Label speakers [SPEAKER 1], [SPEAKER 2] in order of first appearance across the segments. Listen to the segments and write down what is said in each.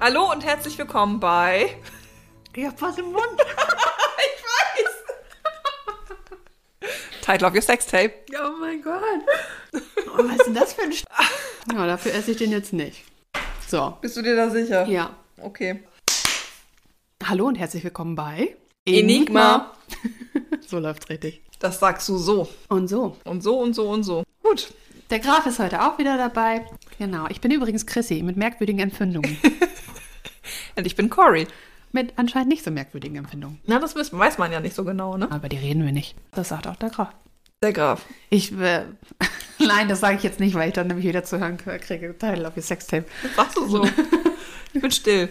[SPEAKER 1] Hallo und herzlich willkommen bei.
[SPEAKER 2] Ich hab was im Mund.
[SPEAKER 1] ich weiß! Title of your sex tape.
[SPEAKER 2] Oh mein Gott. Oh, was ist denn das für ein Sch Ja, dafür esse ich den jetzt nicht. So,
[SPEAKER 1] Bist du dir da sicher?
[SPEAKER 2] ja.
[SPEAKER 1] Okay.
[SPEAKER 2] Hallo und herzlich willkommen bei
[SPEAKER 1] Enigma.
[SPEAKER 2] so läuft's richtig.
[SPEAKER 1] Das sagst du so.
[SPEAKER 2] Und so.
[SPEAKER 1] Und so und so und so. Gut.
[SPEAKER 2] Der Graf ist heute auch wieder dabei. Genau. Ich bin übrigens Chrissy mit merkwürdigen Empfindungen.
[SPEAKER 1] Und ich bin Cory.
[SPEAKER 2] mit anscheinend nicht so merkwürdigen Empfindungen.
[SPEAKER 1] Na, das wissen- weiß man ja nicht so genau, ne?
[SPEAKER 2] Aber die reden wir nicht. Das sagt auch der Graf.
[SPEAKER 1] Der Graf.
[SPEAKER 2] Ich, äh, nein, das sage ich jetzt nicht, weil ich dann nämlich wieder zu hören kriege. Title of your Sextape.
[SPEAKER 1] Das sagst du so. ich bin still.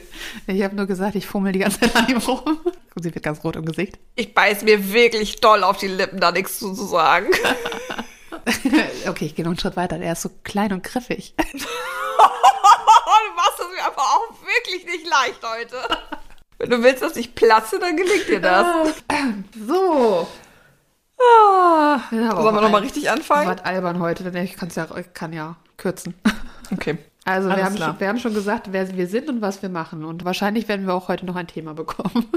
[SPEAKER 2] Ich habe nur gesagt, ich fummel die ganze Zeit an ihm rum. Und sie wird ganz rot im Gesicht.
[SPEAKER 1] Ich beiß mir wirklich doll auf die Lippen, da nichts zu zu sagen.
[SPEAKER 2] okay, ich gehe noch einen Schritt weiter. Der ist so klein und griffig.
[SPEAKER 1] du machst es mir aber auch wirklich nicht leicht heute. Wenn du willst, dass ich platze, dann gelingt dir das.
[SPEAKER 2] So.
[SPEAKER 1] Ah.
[SPEAKER 2] Ja, aber
[SPEAKER 1] Sollen wir nochmal
[SPEAKER 2] ein-
[SPEAKER 1] richtig anfangen?
[SPEAKER 2] Was albern heute, denn ich kann's ja, ich kann ja kürzen.
[SPEAKER 1] Okay.
[SPEAKER 2] Also wir
[SPEAKER 1] Alles
[SPEAKER 2] haben,
[SPEAKER 1] klar.
[SPEAKER 2] schon, wir haben schon gesagt, wer wir sind und was wir machen. Und wahrscheinlich werden wir auch heute noch ein Thema bekommen.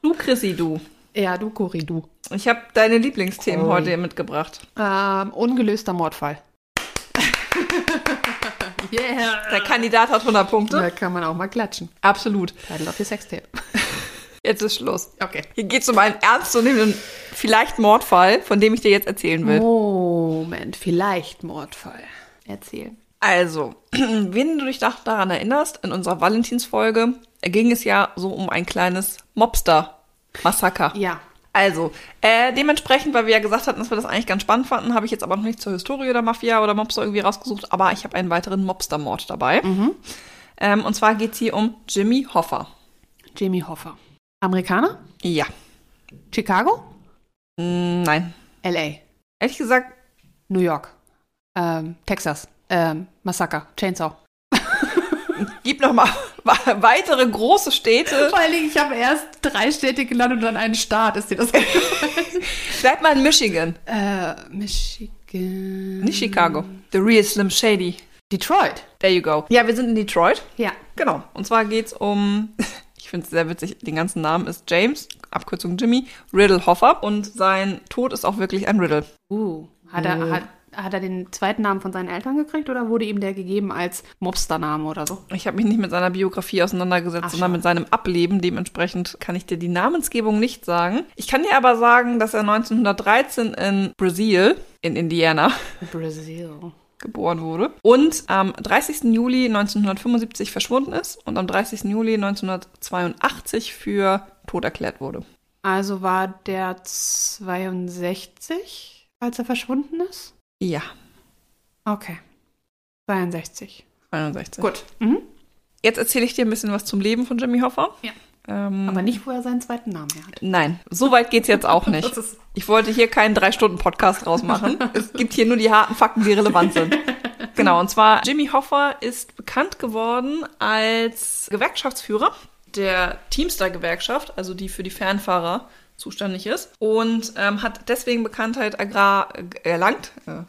[SPEAKER 1] Du, Chrissy, du.
[SPEAKER 2] ja, du, Cori, du.
[SPEAKER 1] Ich habe deine Lieblingsthemen
[SPEAKER 2] Cool.
[SPEAKER 1] heute mitgebracht.
[SPEAKER 2] Ähm, ungelöster Mordfall. yeah.
[SPEAKER 1] Der Kandidat hat 100 Punkte.
[SPEAKER 2] Da kann man auch mal klatschen.
[SPEAKER 1] Absolut.
[SPEAKER 2] Title of your Sextape.
[SPEAKER 1] Jetzt ist Schluss.
[SPEAKER 2] Okay.
[SPEAKER 1] Hier geht es um einen ernstzunehmenden, vielleicht Mordfall, von dem ich dir jetzt erzählen will.
[SPEAKER 2] Moment, vielleicht Mordfall. Erzähl.
[SPEAKER 1] Also, wenn du dich da- daran erinnerst, in unserer Valentinsfolge ging es ja so um ein kleines Mobster-Massaker.
[SPEAKER 2] Ja.
[SPEAKER 1] Also, äh, dementsprechend, weil wir ja gesagt hatten, dass wir das eigentlich ganz spannend fanden, habe ich jetzt aber noch nichts zur Historie der Mafia oder Mobster irgendwie rausgesucht, aber ich habe einen weiteren Mobster-Mord dabei. Ähm, und zwar geht es hier um Jimmy Hoffa.
[SPEAKER 2] Jamie Hoffa. Amerikaner?
[SPEAKER 1] Ja.
[SPEAKER 2] Chicago?
[SPEAKER 1] Mm, Nein.
[SPEAKER 2] L.A.
[SPEAKER 1] Ehrlich gesagt,
[SPEAKER 2] New York. Ähm, Texas. Ähm, Massaker. Chainsaw.
[SPEAKER 1] gib noch mal weitere große Städte.
[SPEAKER 2] Vor allen Dingen, ich habe erst drei Städte genannt und dann einen Staat. Ist dir das
[SPEAKER 1] Bleib mal in Michigan,
[SPEAKER 2] äh, Michigan.
[SPEAKER 1] nicht Chicago. The real Slim Shady.
[SPEAKER 2] Detroit.
[SPEAKER 1] There you go. Ja, wir sind in Detroit.
[SPEAKER 2] Ja.
[SPEAKER 1] Genau. Und zwar geht's um, ich finde es sehr witzig, den ganzen Namen ist James, Abkürzung Jimmy, Riddle Hoffer. Und sein Tod ist auch wirklich ein Riddle.
[SPEAKER 2] Uh. Hat er, hat, hat er den zweiten Namen von seinen Eltern gekriegt oder wurde ihm der gegeben als Mobstername oder so?
[SPEAKER 1] Ich habe mich nicht mit seiner Biografie auseinandergesetzt,
[SPEAKER 2] Ach,
[SPEAKER 1] sondern
[SPEAKER 2] schade.
[SPEAKER 1] mit seinem Ableben. Dementsprechend kann ich dir die Namensgebung nicht sagen. Ich kann dir aber sagen, dass er 1913 in Brasil, in Indiana,
[SPEAKER 2] Brazil.
[SPEAKER 1] geboren wurde und am 30. Juli 1975 verschwunden ist und am 30. Juli 1982 für tot erklärt wurde.
[SPEAKER 2] Also war der 62, als er verschwunden ist?
[SPEAKER 1] Ja,
[SPEAKER 2] Okay. 62.
[SPEAKER 1] 61.
[SPEAKER 2] Gut. Mhm.
[SPEAKER 1] Jetzt erzähle ich dir ein bisschen was zum Leben von Jimmy Hoffa.
[SPEAKER 2] Ja.
[SPEAKER 1] Ähm,
[SPEAKER 2] Aber nicht, wo er seinen zweiten Namen her hat.
[SPEAKER 1] nein, so weit geht's jetzt auch nicht.
[SPEAKER 2] Das ist-
[SPEAKER 1] Ich wollte hier keinen Drei-Stunden-Podcast draus machen. es gibt hier nur die harten Fakten, die relevant sind. Genau, und zwar Jimmy Hoffa ist bekannt geworden als Gewerkschaftsführer der Teamster-Gewerkschaft, also die für die Fernfahrer zuständig ist, und ähm, hat deswegen Bekanntheit agrar äh, erlangt. Äh,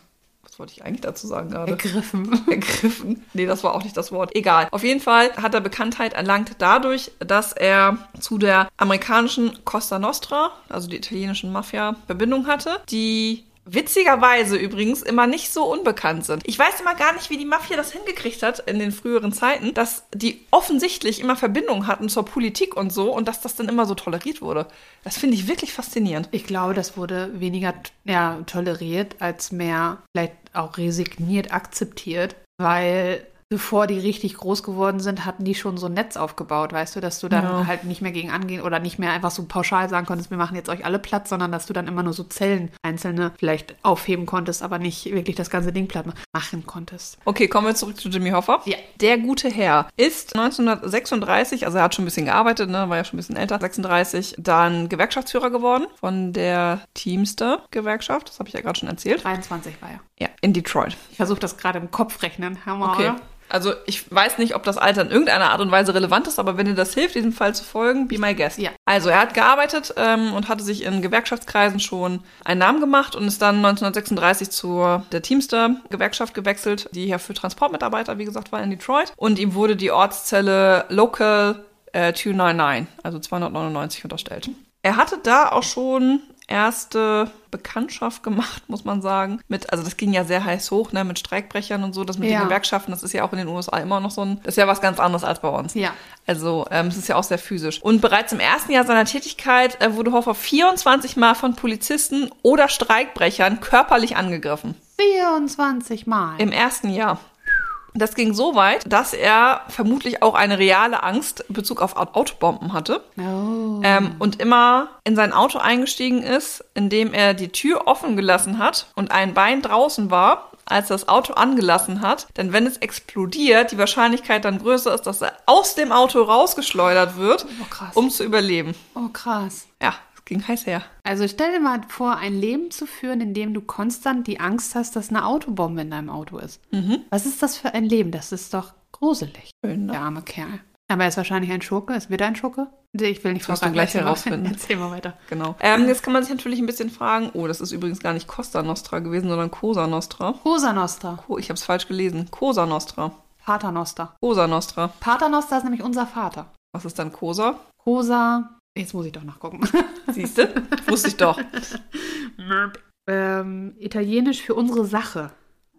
[SPEAKER 1] was wollte ich eigentlich dazu sagen gerade?
[SPEAKER 2] Ergriffen.
[SPEAKER 1] ergriffen. Nee, das war auch nicht das Wort. Egal. Auf jeden Fall hat er Bekanntheit erlangt dadurch, dass er zu der amerikanischen Costa Nostra, also die italienischen Mafia, Verbindung hatte, die witzigerweise übrigens immer nicht so unbekannt sind. Ich weiß immer gar nicht, wie die Mafia das hingekriegt hat in den früheren Zeiten, dass die offensichtlich immer Verbindung hatten zur Politik und so und dass das dann immer so toleriert wurde. Das finde ich wirklich faszinierend.
[SPEAKER 2] Ich glaube, das wurde weniger ja, toleriert, als mehr vielleicht auch resigniert akzeptiert, weil bevor die richtig groß geworden sind, hatten die schon so ein Netz aufgebaut, weißt du, dass du dann
[SPEAKER 1] Ja.
[SPEAKER 2] halt nicht mehr gegen angehen oder nicht mehr einfach so pauschal sagen konntest, wir machen jetzt euch alle platt, sondern dass du dann immer nur so Zellen einzelne vielleicht aufheben konntest, aber nicht wirklich das ganze Ding platt machen konntest.
[SPEAKER 1] Okay, kommen wir zurück zu Jimmy Hoffa.
[SPEAKER 2] Ja.
[SPEAKER 1] Der gute Herr ist 1936, also er hat schon ein bisschen gearbeitet, ne, war ja schon ein bisschen älter, 36, dann Gewerkschaftsführer geworden von der Teamster-Gewerkschaft. Das habe ich ja gerade schon erzählt.
[SPEAKER 2] 23 war er.
[SPEAKER 1] Ja, in Detroit.
[SPEAKER 2] Ich versuche das gerade im Kopf rechnen. Hammer,
[SPEAKER 1] Okay.
[SPEAKER 2] oder?
[SPEAKER 1] Also ich weiß nicht, ob das Alter in irgendeiner Art und Weise relevant ist, aber wenn dir das hilft, diesem Fall zu folgen, be my guest.
[SPEAKER 2] Ja.
[SPEAKER 1] Also er hat gearbeitet ähm, und hatte sich in Gewerkschaftskreisen schon einen Namen gemacht und ist dann 1936 zur der Teamster-Gewerkschaft gewechselt, die hier für Transportmitarbeiter, wie gesagt, war in Detroit. Und ihm wurde die Ortszelle Local äh, 299, also 299 unterstellt. Er hatte da auch schon erste Bekanntschaft gemacht, muss man sagen. Mit, also das ging ja sehr heiß hoch, ne, mit Streikbrechern und so, das mit
[SPEAKER 2] Ja.
[SPEAKER 1] den Gewerkschaften, das ist ja auch in den USA immer noch so ein, das ist ja was ganz anderes als bei uns.
[SPEAKER 2] Ja.
[SPEAKER 1] Also ähm, es ist ja auch sehr physisch. Und bereits im ersten Jahr seiner Tätigkeit äh, wurde Hoffer 24 Mal von Polizisten oder Streikbrechern körperlich angegriffen.
[SPEAKER 2] 24 Mal.
[SPEAKER 1] Im ersten Jahr. Das ging so weit, dass er vermutlich auch eine reale Angst in Bezug auf Aut- Autobomben hatte
[SPEAKER 2] oh.
[SPEAKER 1] ähm, und immer in sein Auto eingestiegen ist, indem er die Tür offen gelassen hat und ein Bein draußen war, als er das Auto angelassen hat. Denn wenn es explodiert, die Wahrscheinlichkeit dann größer ist, dass er aus dem Auto rausgeschleudert wird,
[SPEAKER 2] Oh, krass.
[SPEAKER 1] um zu überleben.
[SPEAKER 2] oh, krass.
[SPEAKER 1] Ja, es ging heiß her.
[SPEAKER 2] Also stell dir mal vor, ein Leben zu führen, in dem du konstant die Angst hast, dass eine Autobombe in deinem Auto ist.
[SPEAKER 1] Mhm.
[SPEAKER 2] Was ist das für ein Leben? Das ist doch gruselig,
[SPEAKER 1] Schön,
[SPEAKER 2] der arme Kerl. Aber er ist wahrscheinlich ein Schurke. Ist wieder ein Schurke? Ich will nicht
[SPEAKER 1] wirst du
[SPEAKER 2] verraten.
[SPEAKER 1] gleich
[SPEAKER 2] Erzähl mal-
[SPEAKER 1] herausfinden.
[SPEAKER 2] Erzähl mal weiter.
[SPEAKER 1] Genau. Ähm, jetzt kann man sich natürlich ein bisschen fragen, oh, das ist übrigens gar nicht Costa Nostra gewesen, sondern Cosa Nostra.
[SPEAKER 2] Cosa Nostra.
[SPEAKER 1] Oh, ich habe es falsch gelesen. Cosa Nostra.
[SPEAKER 2] Pater Nostra.
[SPEAKER 1] Cosa Nostra.
[SPEAKER 2] Pater Nostra ist nämlich unser Vater.
[SPEAKER 1] Was ist dann Cosa?
[SPEAKER 2] Cosa. Jetzt muss ich doch nachgucken.
[SPEAKER 1] Siehst du? Wusste ich doch.
[SPEAKER 2] ähm, Italienisch für unsere Sache.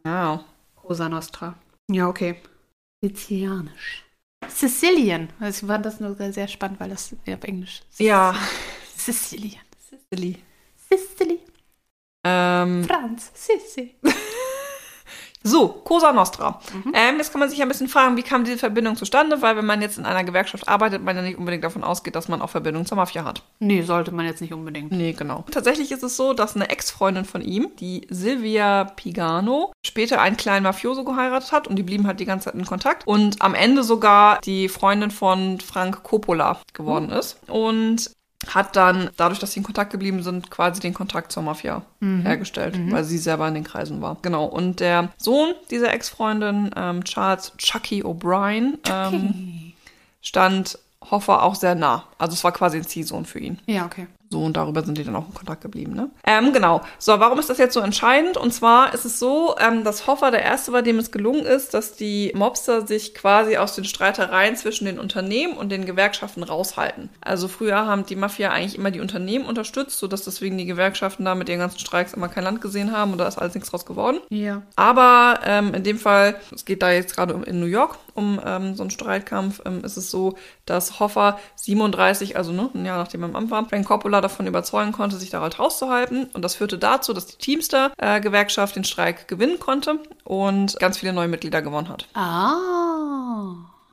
[SPEAKER 1] Wow.
[SPEAKER 2] Cosa Nostra. Ja, okay. Sizilianisch. Sicilien. Also ich fand das nur sehr spannend, weil das ja, auf Englisch.
[SPEAKER 1] Ja.
[SPEAKER 2] Sicilien.
[SPEAKER 1] Silly.
[SPEAKER 2] Sicily.
[SPEAKER 1] Ähm,
[SPEAKER 2] Franz. Sissi.
[SPEAKER 1] so, Cosa Nostra. Ähm, jetzt kann man sich ja ein bisschen fragen, wie kam diese Verbindung zustande? Weil wenn man jetzt in einer Gewerkschaft arbeitet, man ja nicht unbedingt davon ausgeht, dass man auch Verbindung zur Mafia hat.
[SPEAKER 2] Nee, sollte man jetzt nicht unbedingt.
[SPEAKER 1] Nee, genau. Tatsächlich ist es so, dass eine Ex-Freundin von ihm, die Silvia Pigano, später einen kleinen Mafioso geheiratet hat und die blieben halt die ganze Zeit in Kontakt und am Ende sogar die Freundin von Frank Coppola geworden ist und hat dann, dadurch, dass sie in Kontakt geblieben sind, quasi den Kontakt zur Mafia hergestellt, weil sie selber in den Kreisen war. Genau. Und der Sohn dieser Ex-Freundin, ähm, Charles Chucky O'Brien, ähm, stand Hoffer auch sehr nah. Also es war quasi ein Ziehsohn für ihn.
[SPEAKER 2] Ja, okay.
[SPEAKER 1] So, und darüber sind die dann auch in Kontakt geblieben, ne? Ähm, genau. So, warum ist das jetzt so entscheidend? Und zwar ist es so, ähm, dass Hoffer der Erste war, dem es gelungen ist, dass die Mobster sich quasi aus den Streitereien zwischen den Unternehmen und den Gewerkschaften raushalten. Also früher haben die Mafia eigentlich immer die Unternehmen unterstützt, sodass deswegen die Gewerkschaften da mit ihren ganzen Streiks immer kein Land gesehen haben und da ist alles nichts draus geworden.
[SPEAKER 2] Ja.
[SPEAKER 1] Aber ähm, in dem Fall, es geht da jetzt gerade um, in New York um ähm, so einen Streitkampf, ähm, ist es so, dass Hoffer 37, also ne, ein Jahr nachdem er im Amt war, Frank Coppola davon überzeugen konnte, sich da halt rauszuhalten. Und das führte dazu, dass die Teamster-Gewerkschaft den Streik gewinnen konnte und ganz viele neue Mitglieder gewonnen hat.
[SPEAKER 2] Ah.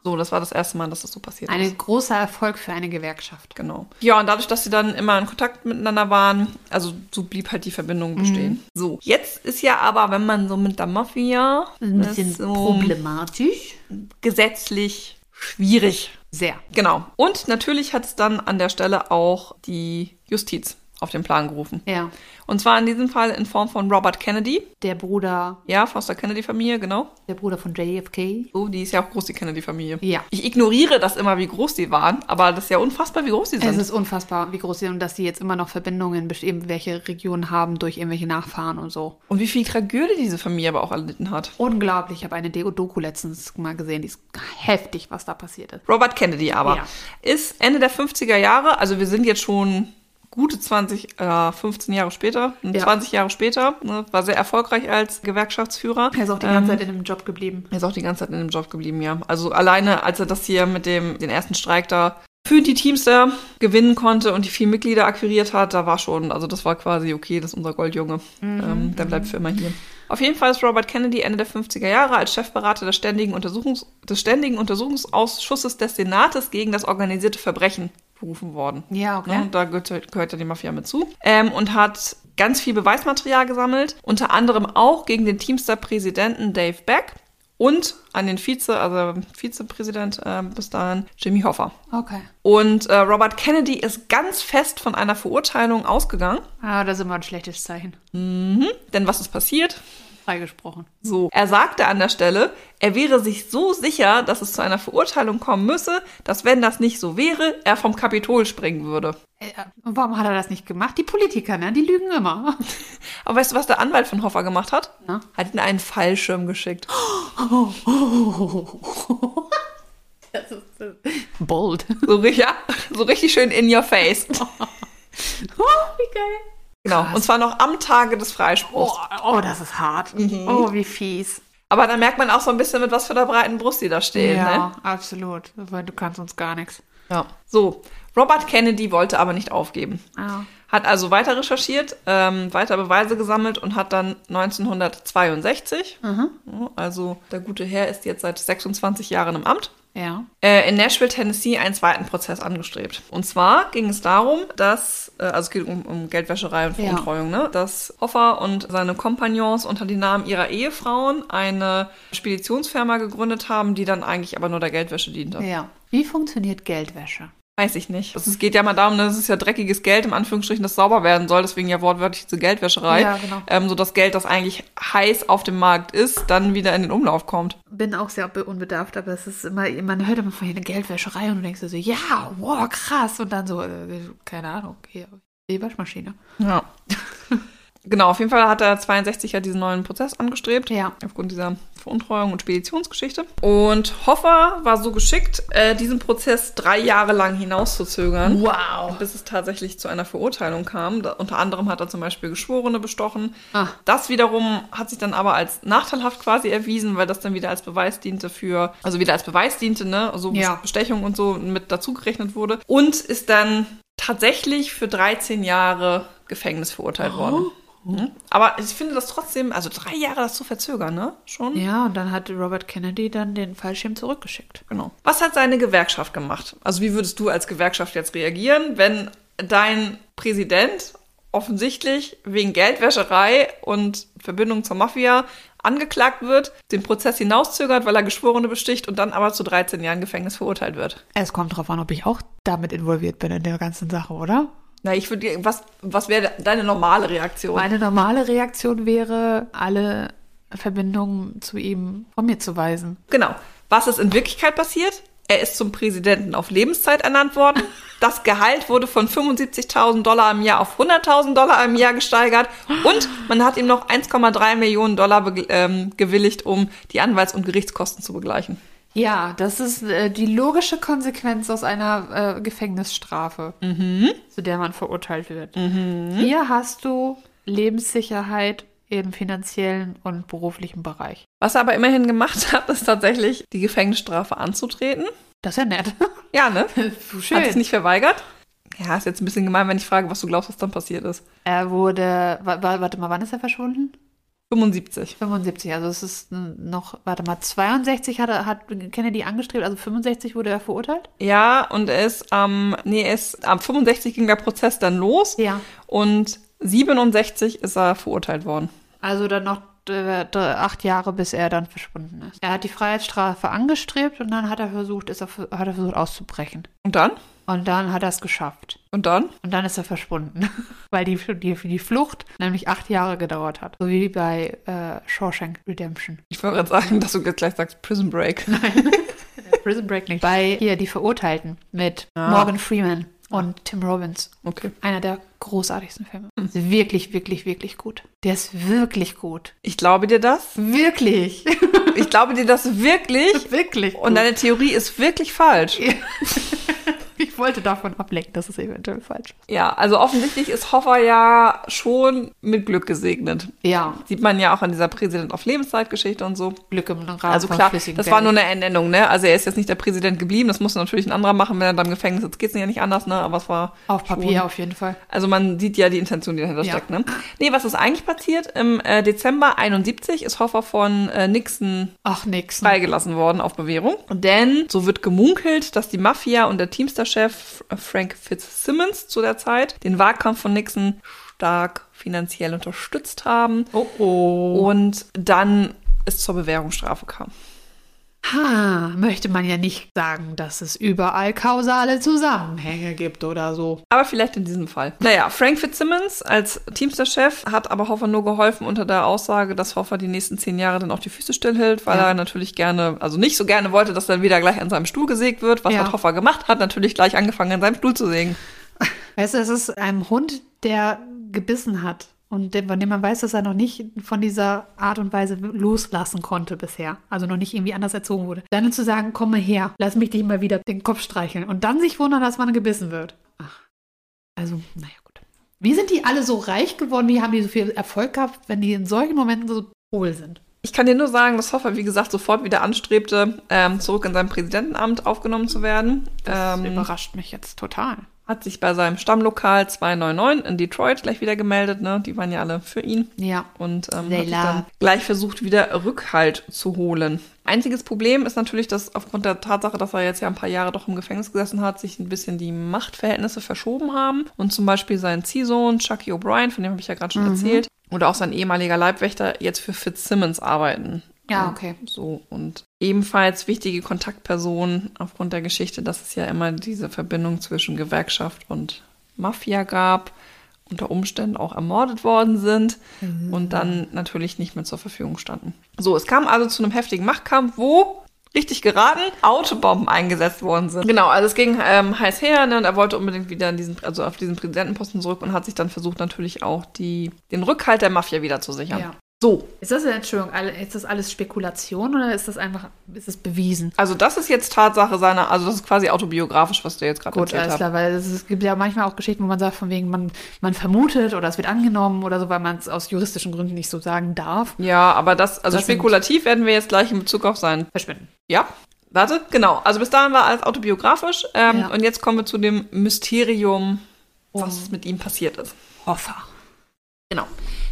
[SPEAKER 1] So, das war das erste Mal, dass das so passiert ist.
[SPEAKER 2] Ein großer Erfolg für eine Gewerkschaft.
[SPEAKER 1] Genau. Ja, und dadurch, dass sie dann immer in Kontakt miteinander waren, also so blieb halt die Verbindung bestehen. So, jetzt ist ja aber, wenn man so mit der Mafia das so
[SPEAKER 2] problematisch.
[SPEAKER 1] gesetzlich schwierig.
[SPEAKER 2] Sehr.
[SPEAKER 1] Genau. Und natürlich hat es dann an der Stelle auch die Justiz auf den Plan gerufen.
[SPEAKER 2] Ja.
[SPEAKER 1] Und zwar in diesem Fall in Form von Robert Kennedy.
[SPEAKER 2] Der Bruder,
[SPEAKER 1] Ja, Foster Kennedy-Familie, genau.
[SPEAKER 2] der Bruder von JFK.
[SPEAKER 1] So, die ist ja auch groß, die Kennedy-Familie.
[SPEAKER 2] Ja.
[SPEAKER 1] Ich ignoriere das immer, wie groß die waren, aber das ist ja unfassbar, wie groß die
[SPEAKER 2] Es
[SPEAKER 1] sind.
[SPEAKER 2] ist unfassbar, wie groß sie sind und dass sie jetzt immer noch Verbindungen best- eben welche Regionen haben durch irgendwelche Nachfahren und so.
[SPEAKER 1] Und wie viel Tragödie diese Familie aber auch erlitten hat.
[SPEAKER 2] Unglaublich. Ich habe eine Deo- Doku letztens mal gesehen. Die ist heftig, was da passiert ist.
[SPEAKER 1] Robert Kennedy aber
[SPEAKER 2] Ja.
[SPEAKER 1] ist Ende der 50er Jahre, also wir sind jetzt schon gute 20, äh, 15 Jahre später,
[SPEAKER 2] Ja.
[SPEAKER 1] 20 Jahre später, ne, war sehr erfolgreich als Gewerkschaftsführer. Ähm,
[SPEAKER 2] Er ist auch die ganze Zeit in dem Job geblieben.
[SPEAKER 1] Er ist auch die ganze Zeit in dem Job geblieben, ja. Also alleine, als er das hier mit dem den ersten Streik da für die Teams da gewinnen konnte und die vielen Mitglieder akquiriert hat, da war schon, also das war quasi okay, das ist unser Goldjunge. Ähm, der bleibt für immer hier. Auf jeden Fall ist Robert Kennedy Ende der 50er Jahre als Chefberater des ständigen, Untersuchungs des ständigen Untersuchungsausschusses des Senates gegen das organisierte Verbrechen berufen worden.
[SPEAKER 2] Ja, Ah, okay.
[SPEAKER 1] Ne? Und da gehört, gehört ja die Mafia mit zu. Ähm, und hat ganz viel Beweismaterial gesammelt, unter anderem auch gegen den Teamster-Präsidenten Dave Beck und an den Vize, also Vizepräsident äh, bis dahin Jimmy Hoffa.
[SPEAKER 2] Okay.
[SPEAKER 1] Und äh, Robert Kennedy ist ganz fest von einer Verurteilung ausgegangen.
[SPEAKER 2] Ah, da sind wir ein schlechtes Zeichen.
[SPEAKER 1] Denn was ist passiert?
[SPEAKER 2] freigesprochen.
[SPEAKER 1] So. Er sagte an der Stelle, er wäre sich so sicher, dass es zu einer Verurteilung kommen müsse, dass wenn das nicht so wäre, er vom Kapitol springen würde.
[SPEAKER 2] Äh, Und warum hat er das nicht gemacht? Die Politiker, ne? Die lügen immer.
[SPEAKER 1] Aber weißt du, was der Anwalt von Hoffer gemacht hat?
[SPEAKER 2] Na?
[SPEAKER 1] Hat ihn einen Fallschirm geschickt.
[SPEAKER 2] Das ist bold.
[SPEAKER 1] So, richtig- ja, so richtig schön in your face.
[SPEAKER 2] Oh, wie geil.
[SPEAKER 1] Genau. Und zwar noch am Tage des Freispruchs.
[SPEAKER 2] Oh, oh, das ist hart. Oh, wie fies.
[SPEAKER 1] Aber da merkt man auch so ein bisschen, mit was für einer breiten Brust die da stehen.
[SPEAKER 2] ja,
[SPEAKER 1] Ne?
[SPEAKER 2] absolut. Weil du kannst uns gar nichts.
[SPEAKER 1] ja. So, Robert Kennedy wollte aber nicht aufgeben.
[SPEAKER 2] Ah.
[SPEAKER 1] Hat also weiter recherchiert, ähm, weiter Beweise gesammelt und hat dann 1962,
[SPEAKER 2] Mhm.
[SPEAKER 1] Ja, also der gute Herr ist jetzt seit 26 Jahren im Amt,
[SPEAKER 2] Ja.
[SPEAKER 1] äh, in Nashville, Tennessee einen zweiten Prozess angestrebt. Und zwar ging es darum, dass, äh, also es geht um, um Geldwäscherei und
[SPEAKER 2] Ja.
[SPEAKER 1] Veruntreuung, ne? dass Hoffer und seine Kompagnons unter dem Namen ihrer Ehefrauen eine Speditionsfirma gegründet haben, die dann eigentlich aber nur der Geldwäsche diente.
[SPEAKER 2] Ja. Wie funktioniert Geldwäsche?
[SPEAKER 1] Weiß ich nicht. Also es geht ja mal darum, dass es ja dreckiges Geld im Anführungsstrichen, das sauber werden soll, deswegen ja wortwörtlich diese Geldwäscherei.
[SPEAKER 2] Ja, genau.
[SPEAKER 1] Ähm, so das Geld, das eigentlich heiß auf dem Markt ist, dann wieder in den Umlauf kommt.
[SPEAKER 2] Bin auch sehr be- unbedarft, aber es ist immer, man hört immer von hier eine Geldwäscherei und du denkst dir so, ja, wow, krass. Und dann so, äh, keine Ahnung, hier, die Waschmaschine.
[SPEAKER 1] Ja. genau, auf jeden Fall hat er 62 ja diesen neuen Prozess angestrebt.
[SPEAKER 2] Ja.
[SPEAKER 1] Aufgrund dieser Veruntreuung und Speditionsgeschichte. Und Hoffer war so geschickt, äh, diesen Prozess drei Jahre lang hinauszuzögern.
[SPEAKER 2] Wow.
[SPEAKER 1] bis es tatsächlich zu einer Verurteilung kam. Da, unter anderem hat er zum Beispiel Geschworene bestochen.
[SPEAKER 2] Ah.
[SPEAKER 1] Das wiederum hat sich dann aber als nachteilhaft quasi erwiesen, weil das dann wieder als Beweis diente für, also wieder als Beweis diente, ne, so
[SPEAKER 2] Ja.
[SPEAKER 1] Bestechung und so mit dazugerechnet wurde. Und ist dann tatsächlich für 13 Jahre Gefängnis verurteilt worden. Mhm. Aber ich finde das trotzdem, also drei Jahre das zu verzögern, ne? Schon.
[SPEAKER 2] Ja, und dann hat Robert Kennedy dann den Fallschirm zurückgeschickt.
[SPEAKER 1] Genau. Was hat seine Gewerkschaft gemacht? Also wie würdest du als Gewerkschaft jetzt reagieren, wenn dein Präsident offensichtlich wegen Geldwäscherei und Verbindung zur Mafia angeklagt wird, den Prozess hinauszögert, weil er Geschworene besticht und dann aber zu 13 Jahren Gefängnis verurteilt wird?
[SPEAKER 2] Es kommt drauf an, ob ich auch damit involviert bin in der ganzen Sache, oder?
[SPEAKER 1] Na, ich würde, was, was wäre deine normale Reaktion?
[SPEAKER 2] Meine normale Reaktion wäre, alle Verbindungen zu ihm von mir zu weisen.
[SPEAKER 1] Genau. Was ist in Wirklichkeit passiert? Er ist zum Präsidenten auf Lebenszeit ernannt worden. Das Gehalt wurde von 75.000 Dollar im Jahr auf 100.000 Dollar im Jahr gesteigert. Und man hat ihm noch 1,3 Millionen Dollar be- ähm, gewilligt, um die Anwalts- und Gerichtskosten zu begleichen.
[SPEAKER 2] Ja, das ist äh, die logische Konsequenz aus einer äh, Gefängnisstrafe, zu der man verurteilt wird. Hier hast du Lebenssicherheit im finanziellen und beruflichen Bereich.
[SPEAKER 1] Was er aber immerhin gemacht hat, ist tatsächlich, die Gefängnisstrafe anzutreten.
[SPEAKER 2] Das ist ja nett.
[SPEAKER 1] Ja, ne?
[SPEAKER 2] Schön.
[SPEAKER 1] Hat sich nicht verweigert. Ja, ist jetzt ein bisschen gemein, wenn ich frage, was du glaubst, was dann passiert ist.
[SPEAKER 2] Er wurde, wa- wa- warte mal, wann ist er verschwunden?
[SPEAKER 1] 75.
[SPEAKER 2] 75, also es ist n- noch, warte mal, 62 hat, er- hat Kennedy angestrebt, also 65 wurde er verurteilt?
[SPEAKER 1] Ja, und er ist am, nee, er ist am 65 ging der Prozess dann los.
[SPEAKER 2] Ja.
[SPEAKER 1] Und 67 ist er verurteilt worden.
[SPEAKER 2] Also dann noch äh, d- acht Jahre, bis er dann verschwunden ist. Er hat die Freiheitsstrafe angestrebt und dann hat er versucht, ist er, ver- hat er versucht auszubrechen.
[SPEAKER 1] Und dann?
[SPEAKER 2] Und dann hat er es geschafft.
[SPEAKER 1] Und dann?
[SPEAKER 2] Und dann ist er verschwunden, weil die, die, die Flucht nämlich acht Jahre gedauert hat. So wie bei äh, Shawshank Redemption.
[SPEAKER 1] Ich wollte gerade sagen, dass du jetzt gleich sagst Prison Break.
[SPEAKER 2] Prison Break nicht. Bei hier die Verurteilten mit Morgan Freeman und Tim Robbins.
[SPEAKER 1] Okay.
[SPEAKER 2] Einer der großartigsten Filme. Wirklich, wirklich, wirklich gut. Der ist wirklich gut.
[SPEAKER 1] Ich glaube dir das.
[SPEAKER 2] Wirklich.
[SPEAKER 1] Ich glaube dir das wirklich.
[SPEAKER 2] wirklich.
[SPEAKER 1] Und deine Theorie ist wirklich falsch.
[SPEAKER 2] ich wollte davon ablenken, dass es eventuell falsch ist.
[SPEAKER 1] Ja, also offensichtlich ist Hoffer ja schon mit Glück gesegnet.
[SPEAKER 2] Ja,
[SPEAKER 1] Sieht man ja auch an dieser Präsident auf Lebenszeitgeschichte und so.
[SPEAKER 2] Glück im Rahmen
[SPEAKER 1] Also
[SPEAKER 2] von
[SPEAKER 1] klar,
[SPEAKER 2] flüssigem
[SPEAKER 1] das war
[SPEAKER 2] Geld.
[SPEAKER 1] nur eine Ernennung, ne? Also er ist jetzt nicht der Präsident geblieben, das muss natürlich ein anderer machen, wenn er dann im Gefängnis sitzt. Geht's ja nicht anders, ne? Aber es war
[SPEAKER 2] auf Papier
[SPEAKER 1] schon-
[SPEAKER 2] auf jeden Fall.
[SPEAKER 1] Also man sieht ja die Intention, die dahinter
[SPEAKER 2] Ja.
[SPEAKER 1] steckt, ne? Nee, was ist eigentlich passiert? Im äh, Dezember 71 ist Hoffer von äh, Nixon
[SPEAKER 2] Ach nix.
[SPEAKER 1] freigelassen worden auf Bewährung. Denn so wird gemunkelt, dass die Mafia und der Teamster-Chef äh, Frank Fitzsimmons zu der Zeit den Wahlkampf von Nixon stark finanziell unterstützt haben
[SPEAKER 2] Oh oh.
[SPEAKER 1] und dann es zur Bewährungsstrafe kam.
[SPEAKER 2] Ha, möchte man ja nicht sagen, dass es überall kausale Zusammenhänge gibt oder so.
[SPEAKER 1] Aber vielleicht in diesem Fall. Naja, Frank Fitzsimmons als Teamster-Chef hat aber Hoffer nur geholfen unter der Aussage, dass Hoffer die nächsten zehn Jahre dann auch die Füße stillhält, weil
[SPEAKER 2] Ja.
[SPEAKER 1] er natürlich gerne, also nicht so gerne wollte, dass dann wieder gleich an seinem Stuhl gesägt wird. Was
[SPEAKER 2] Ja.
[SPEAKER 1] hat Hoffer gemacht? Hat natürlich gleich angefangen, an seinem Stuhl zu sägen.
[SPEAKER 2] Weißt du, es ist ein Hund, der gebissen hat und der- von dem man weiß, dass er noch nicht von dieser Art und Weise loslassen konnte bisher. Also noch nicht irgendwie anders erzogen wurde. Dann zu sagen, komm mal her, lass mich dich mal wieder den Kopf streicheln und dann sich wundern, dass man gebissen wird. Ach, also, naja, gut. Wie sind die alle so reich geworden? Wie haben die so viel Erfolg gehabt, wenn die in solchen Momenten so hohl sind?
[SPEAKER 1] Ich kann dir nur sagen, dass Hoffer, wie gesagt, sofort wieder anstrebte, ähm, zurück in sein Präsidentenamt aufgenommen zu werden. Ähm,
[SPEAKER 2] überrascht mich jetzt total.
[SPEAKER 1] hat sich bei seinem Stammlokal 299 in Detroit gleich wieder gemeldet. Ne? Die waren ja alle für ihn.
[SPEAKER 2] Ja.
[SPEAKER 1] und ähm,
[SPEAKER 2] They
[SPEAKER 1] hat sich
[SPEAKER 2] love.
[SPEAKER 1] dann gleich versucht, wieder Rückhalt zu holen. Einziges Problem ist natürlich, dass aufgrund der Tatsache, dass er jetzt ja ein paar Jahre doch im Gefängnis gesessen hat, sich ein bisschen die Machtverhältnisse verschoben haben. Und zum Beispiel sein Ziehsohn Chucky O'Brien, von dem habe ich ja gerade
[SPEAKER 2] Mhm.
[SPEAKER 1] schon erzählt, oder auch sein ehemaliger Leibwächter jetzt für Fitzsimmons arbeiten.
[SPEAKER 2] Ja, okay.
[SPEAKER 1] So, und ebenfalls wichtige Kontaktpersonen aufgrund der Geschichte, dass es ja immer diese Verbindung zwischen Gewerkschaft und Mafia gab, unter Umständen auch ermordet worden sind und dann natürlich nicht mehr zur Verfügung standen. So, es kam also zu einem heftigen Machtkampf, wo, richtig geraten, Autobomben eingesetzt worden sind. Genau, also es ging ähm, heiß her ne, und er wollte unbedingt wieder in diesen, also auf diesen Präsidentenposten zurück und hat sich dann versucht, natürlich auch die, den Rückhalt der Mafia wieder zu sichern.
[SPEAKER 2] Ja.
[SPEAKER 1] So,
[SPEAKER 2] Ist das, Entschuldigung, alle- ist das alles Spekulation oder ist das einfach, ist es bewiesen?
[SPEAKER 1] Also das ist jetzt Tatsache seiner, also das ist quasi autobiografisch, was du jetzt gerade
[SPEAKER 2] Gut,
[SPEAKER 1] erzählt
[SPEAKER 2] alles
[SPEAKER 1] hast.
[SPEAKER 2] klar, weil es, es gibt ja manchmal auch Geschichten, wo man sagt, von wegen, man, man vermutet oder es wird angenommen oder so, weil man es aus juristischen Gründen nicht so sagen darf.
[SPEAKER 1] Ja, aber das, also
[SPEAKER 2] Das sind-
[SPEAKER 1] spekulativ werden wir jetzt gleich in Bezug auf sein.
[SPEAKER 2] Verschwinden.
[SPEAKER 1] Ja, warte, genau. Also bis dahin war alles autobiografisch ähm,
[SPEAKER 2] Ja.
[SPEAKER 1] und jetzt kommen wir zu dem Mysterium,
[SPEAKER 2] Oh.
[SPEAKER 1] was mit ihm passiert ist.
[SPEAKER 2] Hoffer.
[SPEAKER 1] Genau.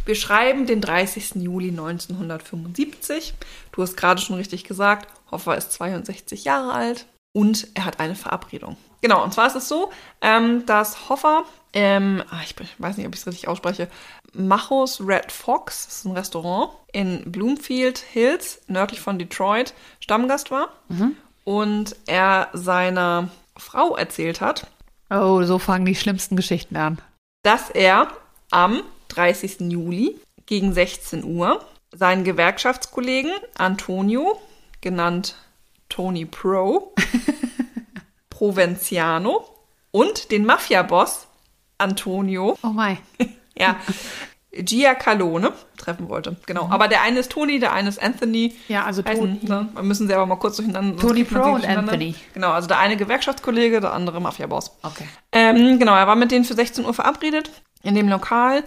[SPEAKER 1] Wir schreiben den 30. Juli 1975. Du hast gerade schon richtig gesagt, Hoffer ist 62 Jahre alt und er hat eine Verabredung. Genau, und zwar ist es so, ähm, dass Hoffer, ähm, ah, ich bin- weiß nicht, ob ich es richtig ausspreche, Machos Red Fox, das ist ein Restaurant in Bloomfield Hills, nördlich von Detroit, Stammgast war und er seiner Frau erzählt hat,
[SPEAKER 2] Oh, so fangen die schlimmsten Geschichten an.
[SPEAKER 1] dass er am 30. Juli gegen 16 Uhr seinen Gewerkschaftskollegen Antonio, genannt Tony Pro, Provenciano und den Mafia-Boss Antonio,
[SPEAKER 2] Oh mein.
[SPEAKER 1] ja, Giacalone treffen wollte.
[SPEAKER 2] Mhm.
[SPEAKER 1] Genau, aber der eine ist Tony, der eine ist Anthony.
[SPEAKER 2] Ja, also
[SPEAKER 1] Heißen,
[SPEAKER 2] Toni-
[SPEAKER 1] ne? Wir müssen sie aber mal kurz durcheinander. sonst
[SPEAKER 2] Tony
[SPEAKER 1] kriegt man
[SPEAKER 2] Pro
[SPEAKER 1] sie
[SPEAKER 2] und
[SPEAKER 1] durcheinander.
[SPEAKER 2] Anthony.
[SPEAKER 1] Genau, also der eine Gewerkschaftskollege, der andere Mafia-Boss.
[SPEAKER 2] Okay.
[SPEAKER 1] Ähm, genau, er war mit denen für 16 Uhr verabredet in dem Lokal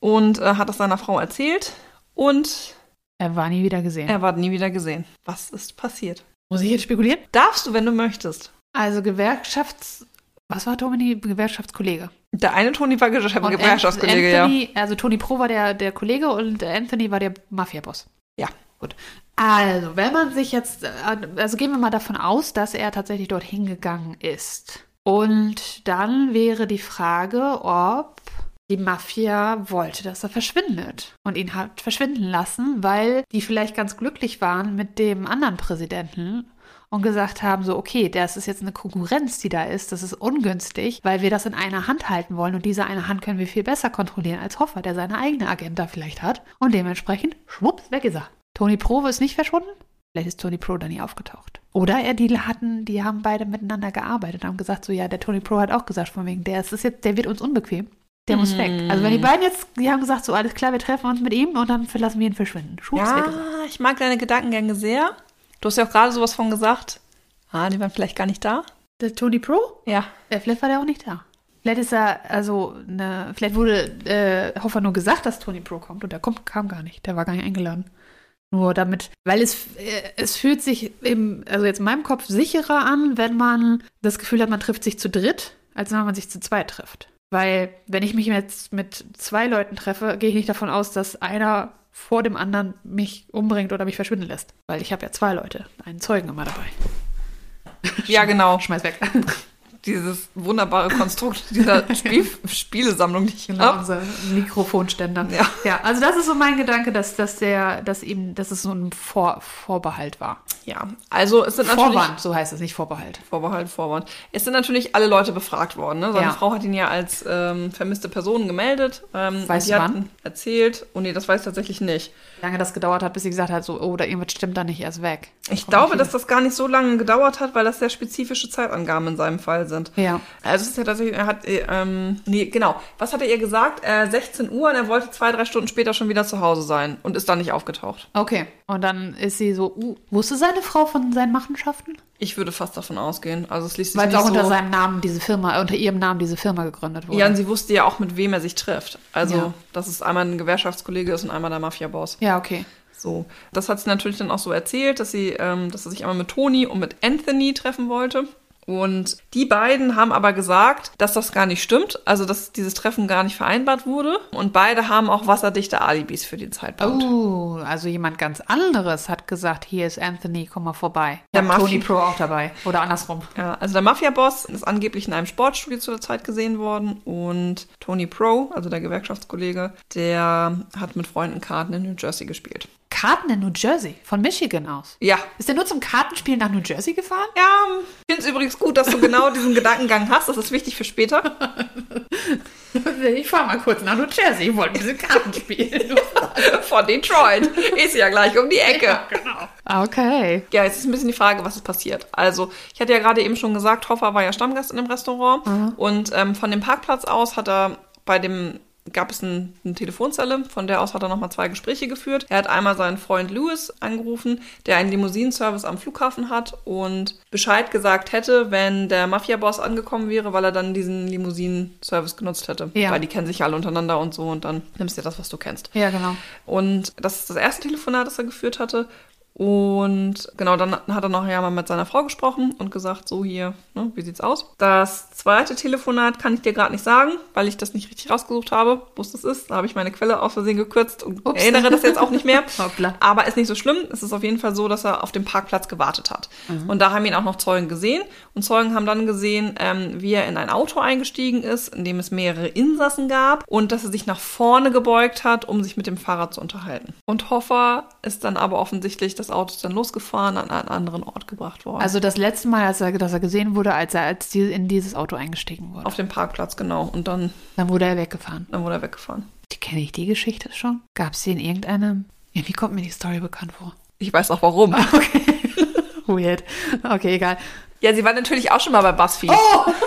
[SPEAKER 1] und äh, hat das seiner Frau erzählt und
[SPEAKER 2] Er war nie wieder gesehen.
[SPEAKER 1] er war nie wieder gesehen. Was ist passiert?
[SPEAKER 2] Muss ich jetzt spekulieren?
[SPEAKER 1] Darfst du, wenn du möchtest.
[SPEAKER 2] Also Gewerkschafts... Was war Domini? Gewerkschaftskollege.
[SPEAKER 1] Der eine Toni war Gewerkschaft-
[SPEAKER 2] Und
[SPEAKER 1] Gewerkschaftskollege, ja.
[SPEAKER 2] Anthony, Also Tony Pro war der, der Kollege und Anthony war der Mafia-Boss.
[SPEAKER 1] Ja.
[SPEAKER 2] Gut. Also, wenn man sich jetzt, äh, also gehen wir mal davon aus, dass er tatsächlich dorthin gegangen ist. Und dann wäre die Frage, ob die Mafia wollte, dass er verschwindet und ihn hat verschwinden lassen, weil die vielleicht ganz glücklich waren mit dem anderen Präsidenten und gesagt haben, so, okay, das ist jetzt eine Konkurrenz, die da ist, das ist ungünstig, weil wir das in einer Hand halten wollen und diese eine Hand können wir viel besser kontrollieren als Hoffer, der seine eigene Agenda vielleicht hat und dementsprechend, schwupps, weg ist er. Tony Prove ist nicht verschwunden, vielleicht ist Tony Pro da nie aufgetaucht. Oder er, die hatten, die haben beide miteinander gearbeitet, haben gesagt, so, ja, der Tony Pro hat auch gesagt, von wegen, der, ist ist jetzt, der wird uns unbequem. Der muss weg. Also wenn die beiden jetzt, die haben gesagt, so alles klar, wir treffen uns mit ihm und dann verlassen wir ihn verschwinden. Schwupps, weg ist er.
[SPEAKER 1] Ja, ich mag deine Gedankengänge sehr. Du hast ja auch gerade sowas von gesagt. Ah, die waren vielleicht gar nicht da.
[SPEAKER 2] Der Tony Pro
[SPEAKER 1] Ja.
[SPEAKER 2] Ja, vielleicht war der auch nicht da. Vielleicht ist er, also, ne, vielleicht wurde äh, Hoffer nur gesagt, dass Tony Pro kommt und er kommt, kam gar nicht. Der war gar nicht eingeladen. Nur damit, weil es, äh, es fühlt sich im, also jetzt in meinem Kopf sicherer an, wenn man das Gefühl hat, man trifft sich zu dritt, als wenn man sich zu zweit trifft. Weil, wenn ich mich jetzt mit zwei Leuten treffe, gehe ich nicht davon aus, dass einer vor dem anderen mich umbringt oder mich verschwinden lässt. Weil ich habe ja zwei Leute, einen Zeugen immer dabei.
[SPEAKER 1] Ja, genau.
[SPEAKER 2] Schmeiß weg.
[SPEAKER 1] dieses wunderbare Konstrukt dieser Spiel Spielesammlung, die ich hier
[SPEAKER 2] Genau,
[SPEAKER 1] habe.
[SPEAKER 2] unser Mikrofonständer.
[SPEAKER 1] Ja.
[SPEAKER 2] also das ist so mein Gedanke, dass, dass der, dass eben, dass es so ein Vor Vorbehalt war.
[SPEAKER 1] Ja, also es sind natürlich
[SPEAKER 2] Vorwand, so heißt es, nicht Vorbehalt.
[SPEAKER 1] Vorbehalt, halt Vorwand. Es sind natürlich alle Leute befragt worden. Ne? Seine
[SPEAKER 2] Ja.
[SPEAKER 1] Frau hat ihn ja als ähm, vermisste Person gemeldet. Ähm,
[SPEAKER 2] Weißt
[SPEAKER 1] die
[SPEAKER 2] du
[SPEAKER 1] hat
[SPEAKER 2] wann?
[SPEAKER 1] erzählt. Oh nee, das weiß ich tatsächlich nicht.
[SPEAKER 2] Wie lange das gedauert hat, bis sie gesagt hat, so, oh, da irgendwas stimmt da nicht, erst weg.
[SPEAKER 1] Ich glaube, dass das gar nicht so lange gedauert hat, weil das sehr spezifische Zeitangaben in seinem Fall sind.
[SPEAKER 2] Ja.
[SPEAKER 1] Also es ist ja tatsächlich, er hat, äh, ähm, nee, genau. Was hat er ihr gesagt? Äh, 16 Uhr und er wollte zwei, drei Stunden später schon wieder zu Hause sein und ist dann nicht aufgetaucht.
[SPEAKER 2] Okay. Und dann ist sie so, uh, wusste seine Frau von seinen Machenschaften?
[SPEAKER 1] Ich würde fast davon ausgehen. Also es liest sich
[SPEAKER 2] Weil es
[SPEAKER 1] nicht
[SPEAKER 2] auch unter
[SPEAKER 1] so.
[SPEAKER 2] seinem Namen diese Firma, äh, unter ihrem Namen diese Firma gegründet wurde.
[SPEAKER 1] Ja, und sie wusste ja auch, mit wem er sich trifft. Also,
[SPEAKER 2] Ja.
[SPEAKER 1] dass es einmal ein Gewerkschaftskollege ist und einmal der Mafia-Boss.
[SPEAKER 2] ja okay.
[SPEAKER 1] So. Das hat sie natürlich dann auch so erzählt, dass sie, ähm, dass er sich einmal mit Tony und mit Anthony treffen wollte. Und die beiden haben aber gesagt, dass das gar nicht stimmt, also dass dieses Treffen gar nicht vereinbart wurde. Und beide haben auch wasserdichte Alibis für den Zeitpunkt.
[SPEAKER 2] Oh, also jemand ganz anderes hat gesagt, hier ist Anthony, komm mal vorbei.
[SPEAKER 1] Der
[SPEAKER 2] Ja, Tony
[SPEAKER 1] Mafia-
[SPEAKER 2] Pro auch dabei. Oder andersrum.
[SPEAKER 1] Ja, also der Mafia-Boss ist angeblich in einem Sportstudio zu der Zeit gesehen worden und Tony Pro, also der Gewerkschaftskollege, der hat mit Freunden Karten in New Jersey gespielt.
[SPEAKER 2] Karten in New Jersey, von Michigan aus.
[SPEAKER 1] Ja,
[SPEAKER 2] Ist der nur zum Kartenspielen nach New Jersey gefahren?
[SPEAKER 1] Ja, finde es übrigens gut, dass du genau diesen Gedankengang hast. Das ist wichtig für später.
[SPEAKER 2] Ich fahre mal kurz nach New Jersey, ich wollte ein bisschen Karten spielen.
[SPEAKER 1] Von Detroit. Ist ja gleich um die Ecke.
[SPEAKER 2] genau. Okay.
[SPEAKER 1] Ja, jetzt ist ein bisschen die Frage, was ist passiert. Also, ich hatte ja gerade eben schon gesagt, Hoffer war ja Stammgast in dem Restaurant.
[SPEAKER 2] Mhm.
[SPEAKER 1] Und ähm, von dem Parkplatz aus hat er bei dem gab es ein, eine Telefonzelle, von der aus hat er nochmal zwei Gespräche geführt. Er hat einmal seinen Freund Lewis angerufen, der einen Limousinenservice am Flughafen hat und Bescheid gesagt hätte, wenn der Mafia-Boss angekommen wäre, weil er dann diesen Limousinenservice genutzt hätte.
[SPEAKER 2] Ja.
[SPEAKER 1] Weil die kennen sich ja alle untereinander und so und dann nimmst du ja das, was du kennst.
[SPEAKER 2] Ja, genau.
[SPEAKER 1] Und das ist das erste Telefonat, das er geführt hatte. Und genau, dann hat er noch ja mal mit seiner Frau gesprochen und gesagt, so hier, ne, wie sieht's aus? Das zweite Telefonat kann ich dir gerade nicht sagen, weil ich das nicht richtig rausgesucht habe, wo es das ist. Da habe ich meine Quelle aus Versehen gekürzt und
[SPEAKER 2] Ups.
[SPEAKER 1] erinnere das jetzt auch nicht mehr.
[SPEAKER 2] Hoppla.
[SPEAKER 1] Aber ist nicht so schlimm. Es ist auf jeden Fall so, dass er auf dem Parkplatz gewartet hat.
[SPEAKER 2] Mhm.
[SPEAKER 1] Und da haben ihn auch noch Zeugen gesehen. Und Zeugen haben dann gesehen, ähm, wie er in ein Auto eingestiegen ist, in dem es mehrere Insassen gab. Und dass er sich nach vorne gebeugt hat, um sich mit dem Fahrer zu unterhalten. Und Hoffer ist dann aber offensichtlich, das Auto ist dann losgefahren, an einen anderen Ort gebracht worden.
[SPEAKER 2] Also das letzte Mal, als er, dass er gesehen wurde, als er als die, in dieses Auto eingestiegen wurde.
[SPEAKER 1] auf dem Parkplatz, genau. Und dann,
[SPEAKER 2] Dann wurde er weggefahren.
[SPEAKER 1] dann wurde er weggefahren.
[SPEAKER 2] Die Kenne ich die Geschichte schon? Gab es die in irgendeinem? Irgendwie kommt mir die Story bekannt vor.
[SPEAKER 1] Ich weiß auch warum.
[SPEAKER 2] Okay. Weird. Okay, egal.
[SPEAKER 1] Ja, sie war natürlich auch schon mal bei BuzzFeed.
[SPEAKER 2] Oh!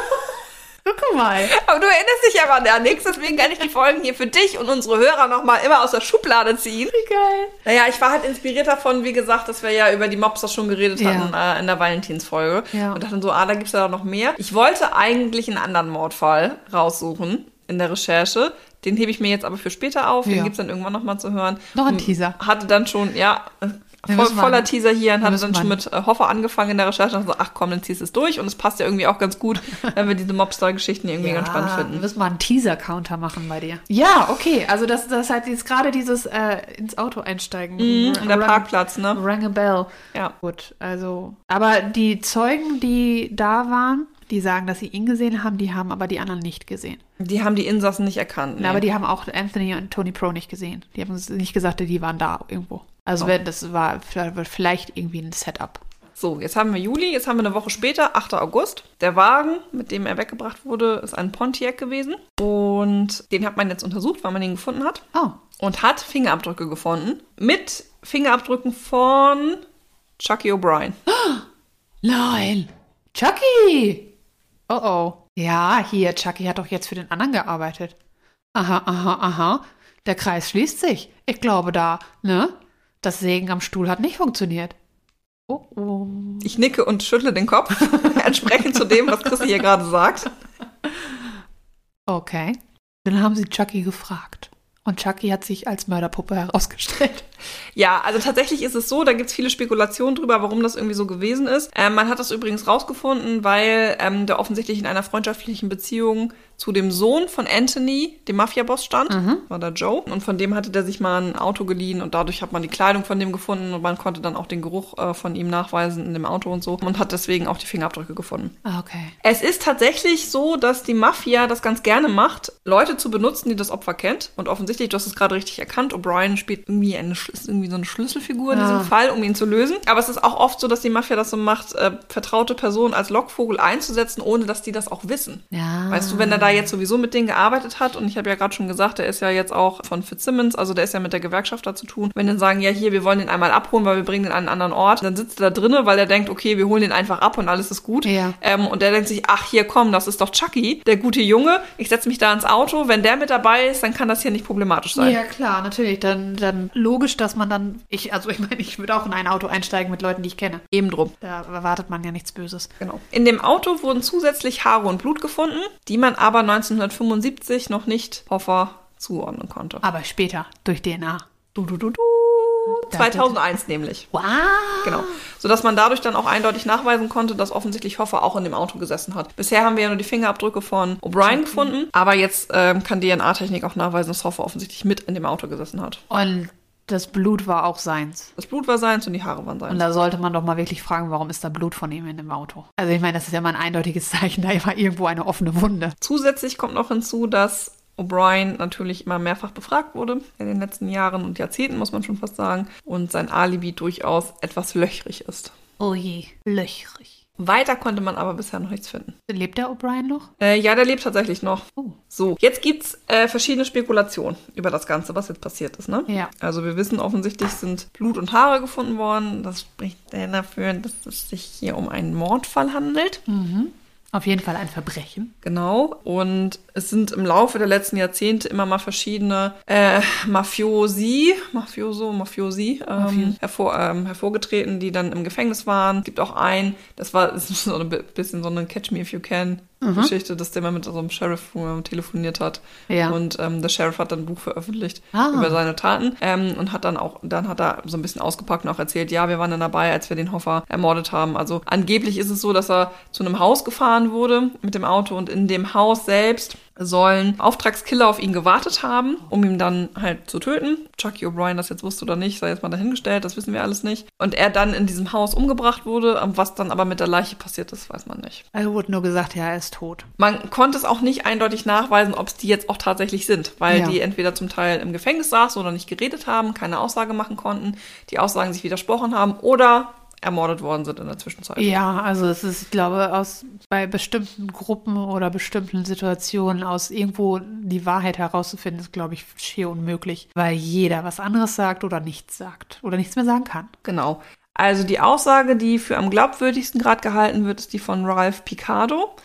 [SPEAKER 2] Guck mal.
[SPEAKER 1] Aber du erinnerst dich ja mal an nichts, deswegen kann ich die Folgen hier für dich und unsere Hörer nochmal immer aus der Schublade ziehen.
[SPEAKER 2] Wie geil.
[SPEAKER 1] Naja, ich war halt inspiriert davon, wie gesagt, dass wir ja über die Mobster schon geredet
[SPEAKER 2] Ja.
[SPEAKER 1] hatten äh, in der Valentinsfolge.
[SPEAKER 2] Ja.
[SPEAKER 1] Und dachte so, ah, da gibt's ja noch mehr. Ich wollte eigentlich einen anderen Mordfall raussuchen in der Recherche. Den hebe ich mir jetzt aber für später auf. Den
[SPEAKER 2] Ja.
[SPEAKER 1] gibt's dann irgendwann nochmal zu hören.
[SPEAKER 2] Noch ein
[SPEAKER 1] Und
[SPEAKER 2] Teaser.
[SPEAKER 1] Hatte dann schon, ja, äh,
[SPEAKER 2] Wir
[SPEAKER 1] voll,
[SPEAKER 2] müssen
[SPEAKER 1] voller
[SPEAKER 2] warten.
[SPEAKER 1] Teaser hier und hatte
[SPEAKER 2] müssen
[SPEAKER 1] dann schon mit äh, Hoffer angefangen in der Recherche. Und so, ach komm, dann ziehst du es durch. Und es passt ja irgendwie auch ganz gut, wenn wir diese Mobster-Geschichten irgendwie ganz spannend finden.
[SPEAKER 2] Wir müssen mal einen Teaser-Counter machen bei dir. Ja, okay. Also das, das ist halt jetzt gerade dieses äh, ins Auto einsteigen.
[SPEAKER 1] Mhm, und der
[SPEAKER 2] Run-
[SPEAKER 1] Parkplatz, ne?
[SPEAKER 2] Rang a bell.
[SPEAKER 1] Ja.
[SPEAKER 2] Gut, also. Aber die Zeugen, die da waren, die sagen, dass sie ihn gesehen haben, die haben aber die anderen nicht gesehen.
[SPEAKER 1] Die haben die Insassen nicht erkannt.
[SPEAKER 2] Aber
[SPEAKER 1] nee.
[SPEAKER 2] die haben auch Anthony und Tony Pro nicht gesehen. Die haben nicht gesagt, die waren da irgendwo. Also wenn das war vielleicht irgendwie ein Setup.
[SPEAKER 1] So, jetzt haben wir Juli, jetzt haben wir eine Woche später, 8. August. Der Wagen, mit dem er weggebracht wurde, ist ein Pontiac gewesen. Und den hat man jetzt untersucht, weil man ihn gefunden hat.
[SPEAKER 2] Oh,
[SPEAKER 1] Und hat Fingerabdrücke gefunden. Mit Fingerabdrücken von Chucky O'Brien.
[SPEAKER 2] nein. Chucky! Oh oh. Ja, hier, Chucky hat doch jetzt für den anderen gearbeitet. Aha, aha, aha. Der Kreis schließt sich. Ich glaube da, ne? Das Sägen am Stuhl hat nicht funktioniert. Oh oh.
[SPEAKER 1] Ich nicke und schüttle den Kopf, entsprechend zu dem, was Christi hier gerade sagt.
[SPEAKER 2] Okay. Dann haben sie Chucky gefragt. Und Chucky hat sich als Mörderpuppe herausgestellt.
[SPEAKER 1] Ja, also tatsächlich ist es so, da gibt es viele Spekulationen drüber, warum das irgendwie so gewesen ist. Ähm, man hat das übrigens rausgefunden, weil ähm, der offensichtlich in einer freundschaftlichen Beziehung zu dem Sohn von Anthony, dem Mafia-Boss, stand. War da Joe. Und von dem hatte der sich mal ein Auto geliehen und dadurch hat man die Kleidung von dem gefunden und man konnte dann auch den Geruch äh, von ihm nachweisen in dem Auto und so und hat deswegen auch die Fingerabdrücke gefunden.
[SPEAKER 2] Ah, okay.
[SPEAKER 1] Es ist tatsächlich so, dass die Mafia das ganz gerne macht, Leute zu benutzen, die das Opfer kennt. Und offensichtlich, du hast es gerade richtig erkannt, O'Brien spielt irgendwie, eine, Schl- ist irgendwie so eine Schlüsselfigur in
[SPEAKER 2] Ah.
[SPEAKER 1] diesem Fall, um ihn zu lösen. Aber es ist auch oft so, dass die Mafia das so macht, äh, vertraute Personen als Lockvogel einzusetzen, ohne dass die das auch wissen.
[SPEAKER 2] Ja.
[SPEAKER 1] Weißt du, wenn er da jetzt sowieso mit denen gearbeitet hat, und ich habe ja gerade schon gesagt, der ist ja jetzt auch von Fitzsimmons, also der ist ja mit der Gewerkschaft da zu tun, wenn dann sagen, ja hier, wir wollen den einmal abholen, weil wir bringen den an einen anderen Ort, dann sitzt er da drinne, weil er denkt, okay, wir holen den einfach ab und alles ist gut.
[SPEAKER 2] Ja.
[SPEAKER 1] Ähm, und der denkt sich, ach hier, komm, das ist doch Chucky, der gute Junge, ich setze mich da ins Auto, wenn der mit dabei ist, dann kann das hier nicht problematisch sein.
[SPEAKER 2] Ja, klar, natürlich. Dann, dann logisch, dass man dann. Ich, also ich meine, ich würde auch in ein Auto einsteigen mit Leuten, die ich kenne.
[SPEAKER 1] Eben drum.
[SPEAKER 2] Da erwartet man ja nichts Böses.
[SPEAKER 1] Genau. In dem Auto wurden zusätzlich Haare und Blut gefunden, die man aber 1975 noch nicht Hoffer zuordnen konnte.
[SPEAKER 2] Aber später, durch DNA.
[SPEAKER 1] Du, du, du, du.
[SPEAKER 2] Oh, Da-
[SPEAKER 1] 2001 nämlich.
[SPEAKER 2] Wow!
[SPEAKER 1] Genau. Sodass man dadurch dann auch eindeutig nachweisen konnte, dass offensichtlich Hoffer auch in dem Auto gesessen hat. Bisher haben wir ja nur die Fingerabdrücke von O'Brien gefunden, aber jetzt ähm, kann DNA-Technik auch nachweisen, dass Hoffer offensichtlich mit in dem Auto gesessen hat.
[SPEAKER 2] Genau. Und das Blut war auch seins.
[SPEAKER 1] Das Blut war seins und die Haare waren seins.
[SPEAKER 2] Und da sollte man doch mal wirklich fragen, warum ist da Blut von ihm in dem Auto? Also ich meine, das ist ja mal ein eindeutiges Zeichen, da war irgendwo eine offene Wunde.
[SPEAKER 1] Zusätzlich kommt noch hinzu, dass O'Brien natürlich immer mehrfach befragt wurde in den letzten Jahren und Jahrzehnten, muss man schon fast sagen, und sein Alibi durchaus etwas löchrig ist.
[SPEAKER 2] Oh je, löchrig.
[SPEAKER 1] Weiter konnte man aber bisher noch nichts finden.
[SPEAKER 2] Lebt der O'Brien noch?
[SPEAKER 1] Äh, ja, der lebt tatsächlich noch.
[SPEAKER 2] Oh.
[SPEAKER 1] So, jetzt gibt's äh, verschiedene Spekulationen über das Ganze, was jetzt passiert ist, ne?
[SPEAKER 2] Ja.
[SPEAKER 1] Also wir wissen offensichtlich sind Blut und Haare gefunden worden. Das spricht sehr dafür, dass es sich hier um einen Mordfall handelt.
[SPEAKER 2] Auf jeden Fall ein Verbrechen.
[SPEAKER 1] Genau. Und es sind im Laufe der letzten Jahrzehnte immer mal verschiedene äh, Mafiosi, Mafioso, Mafiosi, ähm, hervor, ähm, hervorgetreten, die dann im Gefängnis waren. Es gibt auch einen, das war das ist so ein bi- bisschen so eine Catch Me If You Can. Geschichte, dass der mal mit so einem Sheriff äh, telefoniert hat.
[SPEAKER 2] Ja.
[SPEAKER 1] Und ähm, der Sheriff hat dann ein Buch veröffentlicht
[SPEAKER 2] Ah.
[SPEAKER 1] über seine Taten ähm, und hat dann auch, dann hat er so ein bisschen ausgepackt und auch erzählt, ja, wir waren dann dabei, als wir den Hoffer ermordet haben. Also angeblich ist es so, dass er zu einem Haus gefahren wurde mit dem Auto und in dem Haus selbst sollen Auftragskiller auf ihn gewartet haben, um ihn dann halt zu töten. Chucky O'Brien das jetzt wusste oder nicht, sei jetzt mal dahingestellt, das wissen wir alles nicht. Und er dann in diesem Haus umgebracht wurde, was dann aber mit der Leiche passiert ist, weiß man nicht.
[SPEAKER 2] Also wurde nur gesagt, ja, er ist tot.
[SPEAKER 1] Man konnte es auch nicht eindeutig nachweisen, ob es die jetzt auch tatsächlich sind, weil
[SPEAKER 2] Ja.
[SPEAKER 1] die entweder zum Teil im Gefängnis saßen oder nicht geredet haben, keine Aussage machen konnten, die Aussagen sich widersprochen haben oder ermordet worden sind in der Zwischenzeit.
[SPEAKER 2] Ja, also es ist, ich glaube, aus bei bestimmten Gruppen oder bestimmten Situationen aus irgendwo die Wahrheit herauszufinden, ist, glaube ich, schier unmöglich, weil jeder was anderes sagt oder nichts sagt oder nichts mehr sagen kann.
[SPEAKER 1] Genau. Also die Aussage, die für am glaubwürdigsten gerade gehalten wird, ist die von Ralph Picardo.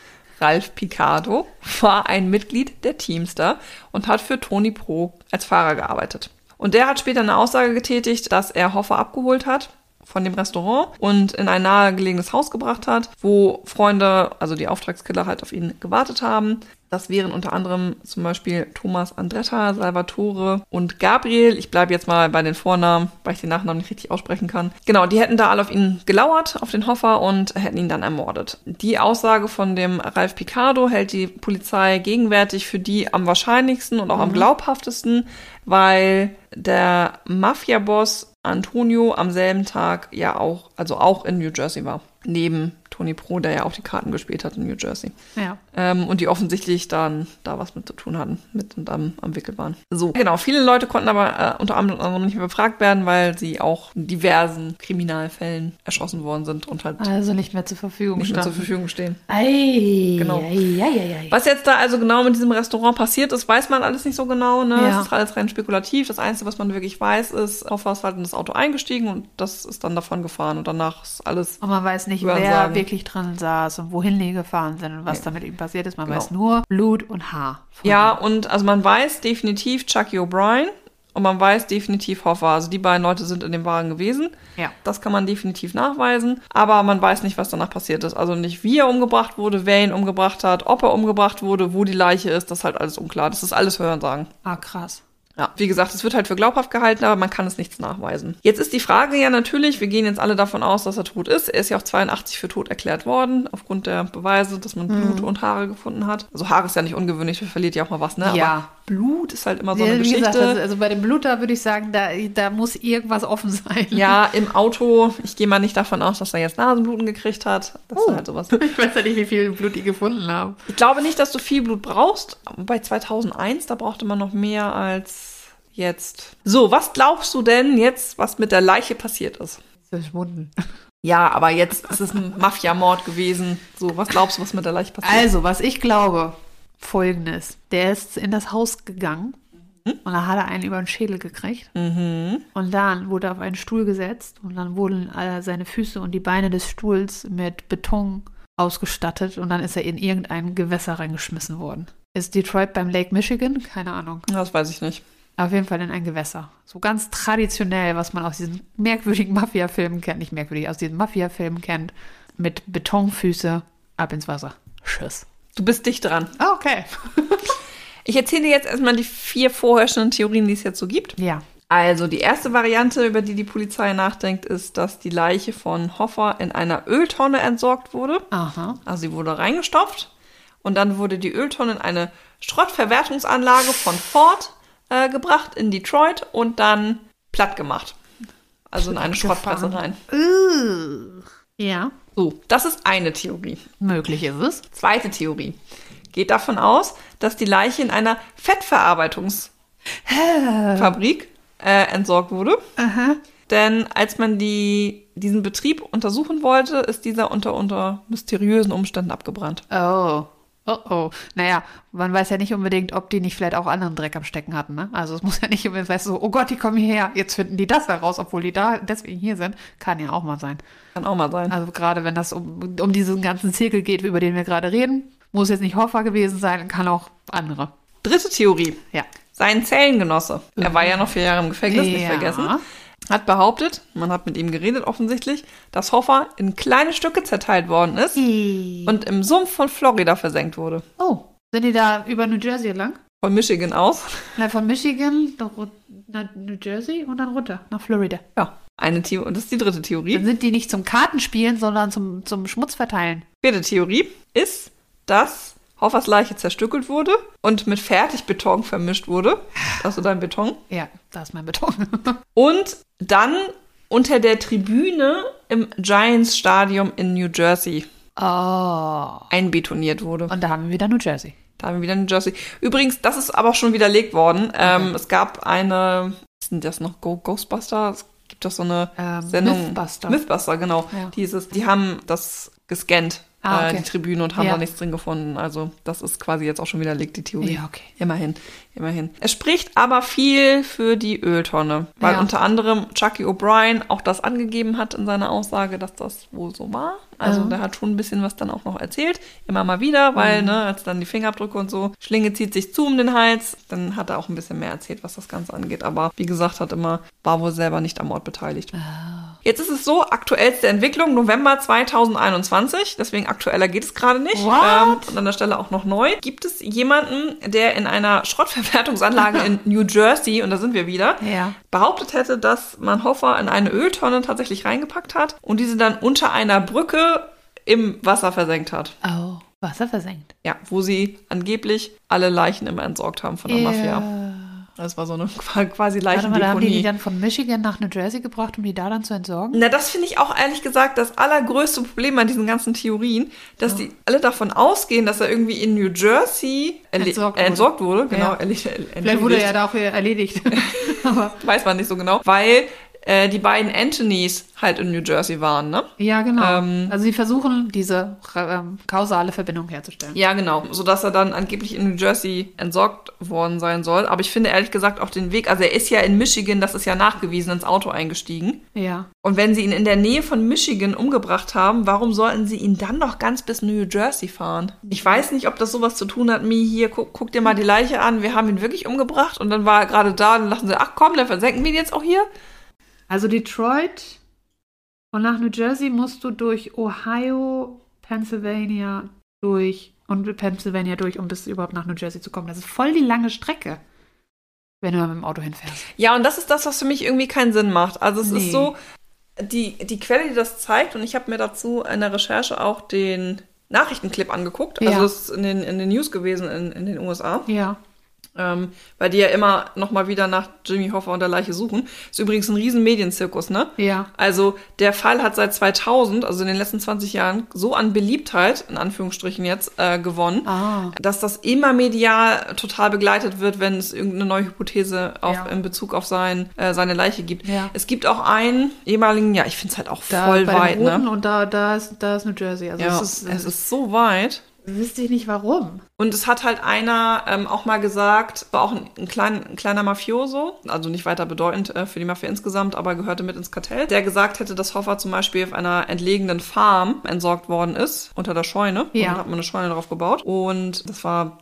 [SPEAKER 1] Ralph Picardo war ein Mitglied der Teamster und hat für Tony Pro als Fahrer gearbeitet. Und der hat später eine Aussage getätigt, dass er Hoffer abgeholt hat von dem Restaurant und in ein nahegelegenes Haus gebracht hat, wo Freunde, also die Auftragskiller halt auf ihn gewartet haben. Das wären unter anderem zum Beispiel Thomas Andretta, Salvatore und Gabriel. Ich bleibe jetzt mal bei den Vornamen, weil ich den Nachnamen nicht richtig aussprechen kann. Genau, die hätten da alle auf ihn gelauert, auf den Hoffer und hätten ihn dann ermordet. Die Aussage von dem Ralf Picardo hält die Polizei gegenwärtig für die am wahrscheinlichsten und auch am glaubhaftesten, weil der Mafia-Boss Antonio am selben Tag ja auch, also auch in New Jersey war. Neben Tony Pro, der ja auch die Karten gespielt hat in New Jersey.
[SPEAKER 2] Ja.
[SPEAKER 1] Ähm, und die offensichtlich dann da was mit zu tun hatten, mit und am, am Wickel waren. So, genau. Viele Leute konnten aber äh, unter anderem nicht mehr befragt werden, weil sie auch in diversen Kriminalfällen erschossen worden sind und halt
[SPEAKER 2] Also nicht mehr zur Verfügung
[SPEAKER 1] nicht mehr zur
[SPEAKER 2] standen.
[SPEAKER 1] Verfügung stehen.
[SPEAKER 2] Ei,
[SPEAKER 1] Genau.
[SPEAKER 2] ei, ei, ei, ei.
[SPEAKER 1] Was jetzt da also genau mit diesem Restaurant passiert ist, weiß man alles nicht so genau. Ne?
[SPEAKER 2] Ja.
[SPEAKER 1] Das ist alles rein spekulativ. Das Einzige, was man wirklich weiß, ist, Hoffa ist halt in das Auto eingestiegen und das ist dann davon gefahren. Und danach ist alles
[SPEAKER 2] Und man weiß nicht,
[SPEAKER 1] Hören
[SPEAKER 2] wer
[SPEAKER 1] sagen.
[SPEAKER 2] wirklich drin saß und wohin die gefahren sind und was
[SPEAKER 1] Nee.
[SPEAKER 2] damit ihm passiert ist. Man
[SPEAKER 1] Genau.
[SPEAKER 2] weiß nur Blut und Haar. von
[SPEAKER 1] Ja, und also man weiß definitiv Chucky O'Brien und man weiß definitiv Hoffa. Also die beiden Leute sind in dem Wagen gewesen.
[SPEAKER 2] ihm. Ja.
[SPEAKER 1] Das kann man definitiv nachweisen, aber man weiß nicht, was danach passiert ist. Also nicht, wie er umgebracht wurde, wer ihn umgebracht hat, ob er umgebracht wurde, wo die Leiche ist, das ist halt alles unklar. Das ist alles Hörensagen.
[SPEAKER 2] Ah, krass.
[SPEAKER 1] Ja, wie gesagt, es wird halt für glaubhaft gehalten, aber man kann es nichts nachweisen. Jetzt ist die Frage ja natürlich, wir gehen jetzt alle davon aus, dass er tot ist. Er ist ja auch 82 für tot erklärt worden, aufgrund der Beweise, dass
[SPEAKER 2] Hm.
[SPEAKER 1] man Blut und Haare gefunden hat. Also Haare ist ja nicht ungewöhnlich, man verliert ja auch mal was, ne?
[SPEAKER 2] Ja.
[SPEAKER 1] Aber Blut ist halt immer so eine
[SPEAKER 2] Wie
[SPEAKER 1] Geschichte.
[SPEAKER 2] gesagt, also, also bei dem Blut, da würde ich sagen, da, da muss irgendwas offen sein.
[SPEAKER 1] ja, im Auto, ich gehe mal nicht davon aus, dass er jetzt Nasenbluten gekriegt hat. Das ist
[SPEAKER 2] Oh.
[SPEAKER 1] halt sowas.
[SPEAKER 2] Ich weiß ja nicht, wie viel Blut die gefunden haben.
[SPEAKER 1] Ich glaube nicht, dass du viel Blut brauchst. Bei 2001, da brauchte man noch mehr als jetzt. So, was glaubst du denn jetzt, was mit der Leiche passiert ist?
[SPEAKER 2] Verschwunden.
[SPEAKER 1] Ja, aber jetzt ist es ein Mafiamord gewesen. So, was glaubst du, was mit der Leiche passiert?
[SPEAKER 2] Also, was ich glaube, folgendes. Der ist in das Haus gegangen
[SPEAKER 1] Mhm.
[SPEAKER 2] und da hat er einen über den Schädel gekriegt. Und dann wurde er auf einen Stuhl gesetzt und dann wurden alle seine Füße und die Beine des Stuhls mit Beton ausgestattet und dann ist er in irgendein Gewässer reingeschmissen worden. Ist Detroit beim Lake Michigan? Keine Ahnung.
[SPEAKER 1] Das weiß ich nicht.
[SPEAKER 2] Auf jeden Fall in ein Gewässer. So ganz traditionell, was man aus diesen merkwürdigen Mafia-Filmen kennt. Nicht merkwürdig, aus diesen Mafia-Filmen kennt. Mit Betonfüße ab ins Wasser. Tschüss.
[SPEAKER 1] Du bist dicht dran.
[SPEAKER 2] Ah, okay.
[SPEAKER 1] Ich erzähle dir jetzt erstmal die vier vorherrschenden Theorien, die es jetzt so gibt.
[SPEAKER 2] Ja.
[SPEAKER 1] Also die erste Variante, über die die Polizei nachdenkt, ist, dass die Leiche von Hoffer in einer Öltonne entsorgt wurde.
[SPEAKER 2] Aha.
[SPEAKER 1] Also sie wurde reingestopft und dann wurde die Öltonne in eine Schrottverwertungsanlage von Ford äh, gebracht in Detroit und dann platt gemacht. Also in eine Schrottpresse rein.
[SPEAKER 2] Ja.
[SPEAKER 1] So, das ist eine Theorie.
[SPEAKER 2] Möglich ist es.
[SPEAKER 1] Zweite Theorie geht davon aus, dass die Leiche in einer Fettverarbeitungsfabrik äh, entsorgt wurde. Denn als man die, diesen Betrieb untersuchen wollte, ist dieser unter, unter mysteriösen Umständen abgebrannt.
[SPEAKER 2] Oh. Oh oh. Naja, man weiß ja nicht unbedingt, ob die nicht vielleicht auch anderen Dreck am Stecken hatten, ne? Also es muss ja nicht unbedingt weißt du, so, oh Gott, die kommen hierher, jetzt finden die das heraus, obwohl die da deswegen hier sind. Kann ja auch mal sein.
[SPEAKER 1] Kann auch mal sein.
[SPEAKER 2] Also gerade wenn das um, um diesen ganzen Zirkel geht, über den wir gerade reden, muss jetzt nicht Hoffa gewesen sein, kann auch andere.
[SPEAKER 1] Dritte Theorie.
[SPEAKER 2] Ja. Mhm.
[SPEAKER 1] Sein Zellengenosse. Er war ja noch vier Jahre im Gefängnis, nicht
[SPEAKER 2] Ja.
[SPEAKER 1] vergessen. Hat behauptet, man hat mit ihm geredet offensichtlich, dass Hoffer in kleine Stücke zerteilt worden ist
[SPEAKER 2] Mhm.
[SPEAKER 1] und im Sumpf von Florida versenkt wurde.
[SPEAKER 2] Oh, sind die da über New Jersey lang?
[SPEAKER 1] Von Michigan aus.
[SPEAKER 2] Na, von Michigan nach Ru- nach New Jersey und dann runter nach Florida.
[SPEAKER 1] Ja, eine Theorie. Und das ist die dritte
[SPEAKER 2] Dann
[SPEAKER 1] Theorie.
[SPEAKER 2] sind die nicht zum Kartenspielen, sondern zum, zum Schmutz verteilen.
[SPEAKER 1] Vierte Theorie ist, dass Hoffers Leiche zerstückelt wurde und mit Fertigbeton vermischt wurde. Also dein Beton.
[SPEAKER 2] Ja, da ist mein Beton.
[SPEAKER 1] Und dann unter der Tribüne im Giants Stadium in New Jersey
[SPEAKER 2] oh.
[SPEAKER 1] einbetoniert wurde.
[SPEAKER 2] Und da haben wir wieder New Jersey.
[SPEAKER 1] Da haben wir wieder New Jersey. Übrigens, das ist aber schon widerlegt worden. Ähm, es gab eine, was sind das noch Go Ghostbuster? Es gibt doch so eine
[SPEAKER 2] Ähm,
[SPEAKER 1] Sendung.
[SPEAKER 2] Mythbuster.
[SPEAKER 1] Mythbuster, genau.
[SPEAKER 2] Ja.
[SPEAKER 1] Die, ist es, die haben das gescannt,
[SPEAKER 2] Ah, okay.
[SPEAKER 1] äh, die Tribüne, und haben
[SPEAKER 2] Ja.
[SPEAKER 1] da nichts drin gefunden. Also, das ist quasi jetzt auch schon widerlegt, die Theorie.
[SPEAKER 2] Ja, okay.
[SPEAKER 1] Immerhin, immerhin. Es spricht aber viel für die Öltonne, weil
[SPEAKER 2] Ja.
[SPEAKER 1] unter anderem Chucky O'Brien auch das angegeben hat in seiner Aussage, dass das wohl so war. Also
[SPEAKER 2] Mhm.
[SPEAKER 1] der hat schon ein bisschen was dann auch noch erzählt, immer mal wieder, weil, ne, als dann die Fingerabdrücke und so, Schlinge zieht sich zu um den Hals, dann hat er auch ein bisschen mehr erzählt, was das Ganze angeht. Aber wie gesagt, hat immer, war wohl selber nicht am Mord beteiligt.
[SPEAKER 2] Oh.
[SPEAKER 1] Jetzt ist es so, aktuellste Entwicklung, November 2021, deswegen aktueller geht es gerade nicht. Ähm,
[SPEAKER 2] What?
[SPEAKER 1] und an der Stelle auch noch neu. Gibt es jemanden, der in einer Schrottverwertungsanlage in New Jersey, und da sind wir wieder,
[SPEAKER 2] Ja.
[SPEAKER 1] behauptet hätte, dass man Hoffer in eine Öltonne tatsächlich reingepackt hat und diese dann unter einer Brücke im Wasser versenkt hat.
[SPEAKER 2] Oh, Wasser versenkt.
[SPEAKER 1] Ja, wo sie angeblich alle Leichen immer entsorgt haben von der Mafia.
[SPEAKER 2] Ja.
[SPEAKER 1] Das war so eine quasi
[SPEAKER 2] Warte mal, da haben die die
[SPEAKER 1] Leichendeponie.
[SPEAKER 2] dann von Michigan nach New Jersey gebracht, um die da dann zu entsorgen?
[SPEAKER 1] Na, das finde ich auch ehrlich gesagt das allergrößte Problem an diesen ganzen Theorien, dass die alle davon ausgehen, dass er irgendwie in New Jersey erle-
[SPEAKER 2] Entsorgt
[SPEAKER 1] äh,
[SPEAKER 2] wurde.
[SPEAKER 1] entsorgt wurde. Genau,
[SPEAKER 2] Ja.
[SPEAKER 1] erle- erle-
[SPEAKER 2] Vielleicht wurde
[SPEAKER 1] entledigt.
[SPEAKER 2] er dafür erledigt. Aber
[SPEAKER 1] Weiß man nicht so genau, weil äh, die beiden Antonys halt in New Jersey waren, ne?
[SPEAKER 2] ja, genau.
[SPEAKER 1] Ähm.
[SPEAKER 2] also sie versuchen, diese ähm, kausale Verbindung herzustellen.
[SPEAKER 1] Ja, genau. Sodass er dann angeblich in New Jersey entsorgt worden sein soll. Aber ich finde ehrlich gesagt auch den Weg, also er ist ja in Michigan, das ist ja nachgewiesen, ins Auto eingestiegen.
[SPEAKER 2] Ja.
[SPEAKER 1] Und wenn sie ihn in der Nähe von Michigan umgebracht haben, warum sollten sie ihn dann noch ganz bis New Jersey fahren? Ich weiß nicht, ob das sowas zu tun hat, Mi, hier, guck, guck dir mal die Leiche an, wir haben ihn wirklich umgebracht und dann war er gerade da und dann dachten sie, ach komm, dann versenken wir ihn jetzt auch hier.
[SPEAKER 2] Also Detroit und nach New Jersey musst du durch Ohio, Pennsylvania durch und Pennsylvania durch, um bis überhaupt nach New Jersey zu kommen. Das ist voll die lange Strecke. wenn du da mit dem Auto hinfährst.
[SPEAKER 1] Ja, und das ist das, was für mich irgendwie keinen Sinn macht. Also es
[SPEAKER 2] Nee.
[SPEAKER 1] ist so, die, die Quelle, die das zeigt, und ich habe mir dazu in der Recherche auch den Nachrichtenclip angeguckt.
[SPEAKER 2] Ja.
[SPEAKER 1] Also es ist in den, in den News gewesen in, in den USA.
[SPEAKER 2] Ja.
[SPEAKER 1] Ähm, weil die ja immer noch mal wieder nach Jimmy Hoffa und der Leiche suchen. Ist übrigens ein riesen Medienzirkus, ne?
[SPEAKER 2] Ja.
[SPEAKER 1] Also der Fall hat seit 2000, also in den letzten 20 Jahren, so an Beliebtheit, in Anführungsstrichen jetzt, äh, gewonnen,
[SPEAKER 2] Ah.
[SPEAKER 1] dass das immer medial total begleitet wird, wenn es irgendeine neue Hypothese auf,
[SPEAKER 2] Ja.
[SPEAKER 1] in Bezug auf sein, äh, seine Leiche gibt.
[SPEAKER 2] Ja.
[SPEAKER 1] Es gibt auch einen ehemaligen, ja, ich finde es halt auch
[SPEAKER 2] Da
[SPEAKER 1] voll
[SPEAKER 2] bei
[SPEAKER 1] weit,
[SPEAKER 2] dem Roten
[SPEAKER 1] ne?
[SPEAKER 2] und da, da, ist, da ist New Jersey. Also
[SPEAKER 1] Ja,
[SPEAKER 2] es ist,
[SPEAKER 1] es ist so weit.
[SPEAKER 2] wüsste ich nicht warum.
[SPEAKER 1] Und es hat halt einer ähm, auch mal gesagt, war auch ein, ein, klein, ein kleiner Mafioso, also nicht weiter bedeutend äh, für die Mafia insgesamt, aber gehörte mit ins Kartell, der gesagt hätte, dass Hoffa zum Beispiel auf einer entlegenen Farm entsorgt worden ist, unter der Scheune.
[SPEAKER 2] Ja.
[SPEAKER 1] Und dann hat man eine Scheune drauf gebaut. Und das war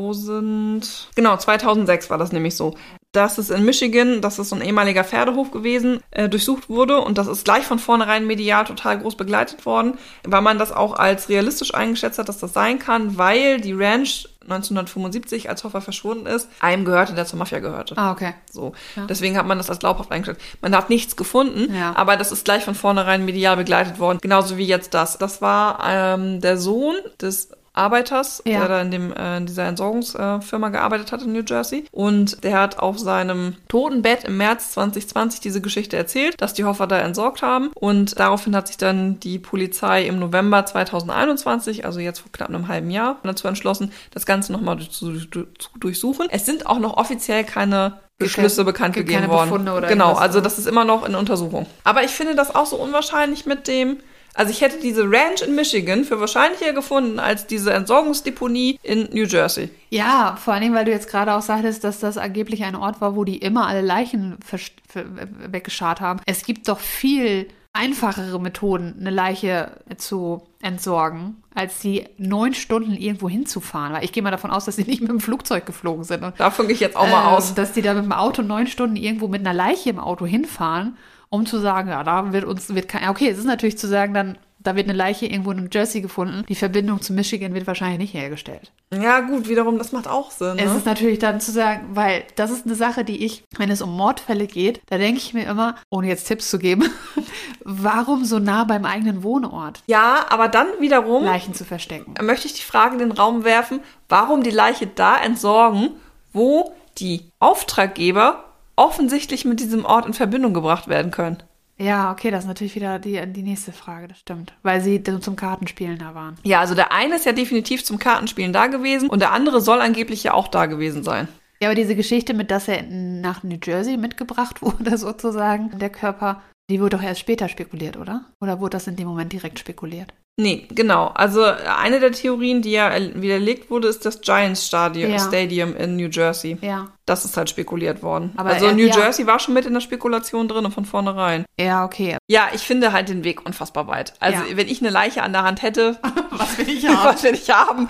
[SPEAKER 1] 2000, genau, 2006 war das nämlich so. Das ist in Michigan, das ist so ein ehemaliger Pferdehof gewesen, äh, durchsucht wurde und das ist gleich von vornherein medial total groß begleitet worden, weil man das auch als realistisch eingeschätzt hat, dass das sein kann, weil die Ranch 1975, als Hoffer verschwunden ist, einem gehörte, der zur Mafia gehörte.
[SPEAKER 2] Ah, okay.
[SPEAKER 1] So.
[SPEAKER 2] Ja.
[SPEAKER 1] Deswegen hat man das als glaubhaft eingeschätzt. Man hat nichts gefunden,
[SPEAKER 2] Ja.
[SPEAKER 1] aber das ist gleich von vornherein medial begleitet worden. Genauso wie jetzt das. Das war ähm, der Sohn des Arbeiters,
[SPEAKER 2] Ja.
[SPEAKER 1] der da in, dem, äh, in dieser Entsorgungsfirma gearbeitet hat in New Jersey. Und der hat auf seinem Totenbett im März 2020 diese Geschichte erzählt, dass die Hoffer da entsorgt haben. Und daraufhin hat sich dann die Polizei im November 2021, also jetzt vor knapp einem halben Jahr, dazu entschlossen, das Ganze nochmal zu, zu durchsuchen. Es sind auch noch offiziell keine Schlüsse bekannt
[SPEAKER 2] Gibt
[SPEAKER 1] gegeben
[SPEAKER 2] keine
[SPEAKER 1] worden.
[SPEAKER 2] Befunde oder
[SPEAKER 1] genau,
[SPEAKER 2] irgendwas,
[SPEAKER 1] also
[SPEAKER 2] oder?
[SPEAKER 1] das ist immer noch in Untersuchung. Aber ich finde das auch so unwahrscheinlich mit dem. Also ich hätte diese Ranch in Michigan für wahrscheinlicher gefunden als diese Entsorgungsdeponie in New Jersey.
[SPEAKER 2] Ja, vor allem, weil du jetzt gerade auch sagtest, dass das angeblich ein Ort war, wo die immer alle Leichen versch- ver- weggescharrt haben. Es gibt doch viel einfachere Methoden, eine Leiche zu entsorgen, als die neun Stunden irgendwo hinzufahren. Weil ich gehe mal davon aus, dass sie nicht mit dem Flugzeug geflogen sind. Und,
[SPEAKER 1] Davon gehe ich jetzt auch mal
[SPEAKER 2] ähm,
[SPEAKER 1] aus.
[SPEAKER 2] Dass die da mit dem Auto neun Stunden irgendwo mit einer Leiche im Auto hinfahren, um zu sagen, ja, da wird uns, wird kein, okay, es ist natürlich zu sagen, dann, da wird eine Leiche irgendwo in New Jersey gefunden. Die Verbindung zu Michigan wird wahrscheinlich nicht hergestellt.
[SPEAKER 1] Ja gut, wiederum, das macht auch Sinn.
[SPEAKER 2] Es
[SPEAKER 1] Ne?
[SPEAKER 2] ist natürlich dann zu sagen, weil das ist eine Sache, die ich, wenn es um Mordfälle geht, da denke ich mir immer, ohne jetzt Tipps zu geben, warum so nah beim eigenen Wohnort
[SPEAKER 1] Ja, aber dann wiederum
[SPEAKER 2] Leichen zu verstecken?
[SPEAKER 1] möchte ich die Frage in den Raum werfen, warum die Leiche da entsorgen, wo die Auftraggeber offensichtlich mit diesem Ort in Verbindung gebracht werden können.
[SPEAKER 2] Ja, okay, das ist natürlich wieder die, die nächste Frage, das stimmt. Weil sie dann zum Kartenspielen da waren.
[SPEAKER 1] Ja, also der eine ist ja definitiv zum Kartenspielen da gewesen und der andere soll angeblich ja auch da gewesen sein.
[SPEAKER 2] Ja, aber diese Geschichte mit, dass er in- nach New Jersey mitgebracht wurde, sozusagen, der Körper, die wurde doch erst später spekuliert, oder? Oder wurde das in dem Moment direkt spekuliert?
[SPEAKER 1] Nee, genau. Also eine der Theorien, die ja widerlegt wurde, ist das Giants Stadium,
[SPEAKER 2] Ja.
[SPEAKER 1] Stadium in New Jersey.
[SPEAKER 2] Ja.
[SPEAKER 1] Das ist halt spekuliert worden.
[SPEAKER 2] Aber
[SPEAKER 1] also
[SPEAKER 2] er-
[SPEAKER 1] New
[SPEAKER 2] ja.
[SPEAKER 1] Jersey war schon mit in der Spekulation drin und von vornherein.
[SPEAKER 2] Ja, okay.
[SPEAKER 1] Ja, ich finde halt den Weg unfassbar weit. Also
[SPEAKER 2] Ja.
[SPEAKER 1] wenn ich eine Leiche an der Hand hätte,
[SPEAKER 2] Was will ich
[SPEAKER 1] was will ich haben?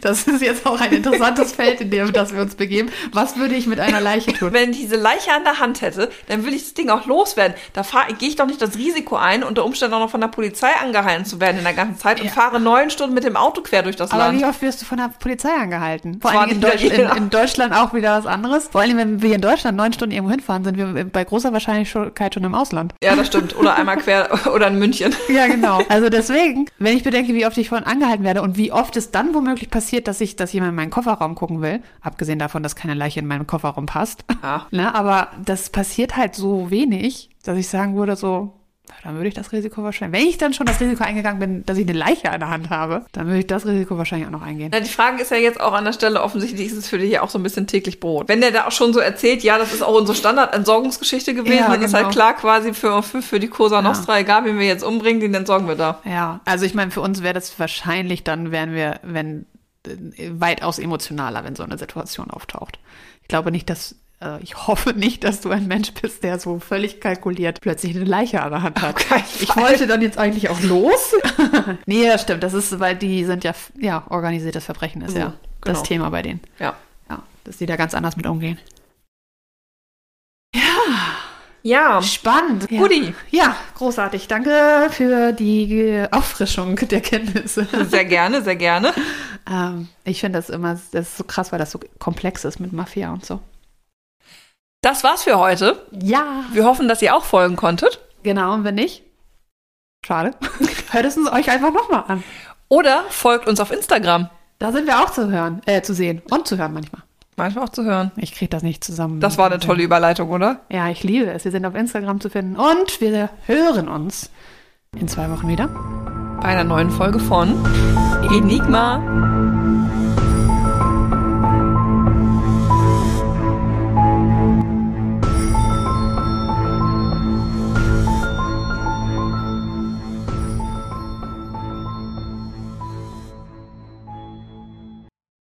[SPEAKER 2] Das ist jetzt auch ein interessantes Feld, in dem das wir uns begeben. Was würde ich mit einer Leiche tun?
[SPEAKER 1] Wenn ich diese Leiche an der Hand hätte, dann will ich das Ding auch loswerden. Da fahr- gehe ich doch nicht das Risiko ein, unter Umständen auch noch von der Polizei angehalten zu werden in der ganzen Zeit und
[SPEAKER 2] Ja.
[SPEAKER 1] fahre neun Stunden mit dem Auto quer durch das
[SPEAKER 2] Aber wie
[SPEAKER 1] Land.
[SPEAKER 2] oft wirst du von der Polizei angehalten? Vor
[SPEAKER 1] Zwar
[SPEAKER 2] allem in,
[SPEAKER 1] nicht
[SPEAKER 2] Deutsch, in,
[SPEAKER 1] jeder.
[SPEAKER 2] in Deutschland auch wieder was anderes. Vor allem, wenn wir in Deutschland neun Stunden irgendwo hinfahren, sind wir bei großer Wahrscheinlichkeit schon im Ausland.
[SPEAKER 1] Ja, das stimmt. Oder einmal quer oder in München.
[SPEAKER 2] Ja, genau. Also deswegen, wenn ich bedenke, wie oft ich von angehalten werde und wie oft es dann womöglich passiert, dass ich, dass jemand in meinen Kofferraum gucken will, abgesehen davon, dass keine Leiche in meinen Kofferraum passt.
[SPEAKER 1] Ja.
[SPEAKER 2] Ne, aber das passiert halt so wenig, dass ich sagen würde, so, na, dann würde ich das Risiko wahrscheinlich, wenn ich dann schon das Risiko eingegangen bin, dass ich eine Leiche an der Hand habe, dann würde ich das Risiko wahrscheinlich auch noch eingehen.
[SPEAKER 1] Na, die Frage ist ja jetzt auch an der Stelle, offensichtlich ist es für dich ja auch so ein bisschen täglich Brot. Wenn der da auch schon so erzählt, ja, das ist auch unsere Standardentsorgungsgeschichte gewesen,
[SPEAKER 2] Ja,
[SPEAKER 1] dann ist
[SPEAKER 2] genau.
[SPEAKER 1] halt klar quasi für, für, für die Cosa Nostra, egal wen wir jetzt umbringen, den entsorgen wir da.
[SPEAKER 2] Ja, also ich meine, für uns wäre das wahrscheinlich, dann wären wir, wenn, äh, weitaus emotionaler, wenn so eine Situation auftaucht. Ich glaube nicht, dass, äh, ich hoffe nicht, dass du ein Mensch bist, der so völlig kalkuliert plötzlich eine Leiche an der Hand hat.
[SPEAKER 1] keinen
[SPEAKER 2] ich wollte dann jetzt eigentlich auch los. nee, das stimmt, das ist, weil die sind ja, f- ja, organisiertes Verbrechen ist
[SPEAKER 1] So,
[SPEAKER 2] ja das
[SPEAKER 1] genau.
[SPEAKER 2] Thema bei denen.
[SPEAKER 1] Ja.
[SPEAKER 2] Ja, dass die da ganz anders mit umgehen.
[SPEAKER 1] Ja,
[SPEAKER 2] Spannend. Ja.
[SPEAKER 1] Gudi,
[SPEAKER 2] Ja, großartig. Danke für die äh, Auffrischung der Kenntnisse.
[SPEAKER 1] sehr gerne, sehr gerne.
[SPEAKER 2] Ähm, ich finde das immer, das ist so krass, weil das so komplex ist mit Mafia und so.
[SPEAKER 1] Das war's für heute.
[SPEAKER 2] Ja.
[SPEAKER 1] Wir hoffen, dass ihr auch folgen konntet.
[SPEAKER 2] Genau, und wenn nicht, schade. Hört es uns euch einfach nochmal an.
[SPEAKER 1] Oder folgt uns auf Instagram.
[SPEAKER 2] Da sind wir auch zu hören, äh, zu sehen und zu hören manchmal.
[SPEAKER 1] Manchmal auch zu hören.
[SPEAKER 2] Ich kriege das nicht zusammen.
[SPEAKER 1] Das war eine tolle Überleitung, oder?
[SPEAKER 2] Ja, ich liebe es. Wir sind auf Instagram zu finden und wir hören uns in zwei Wochen wieder.
[SPEAKER 1] Bei einer neuen Folge von Enigma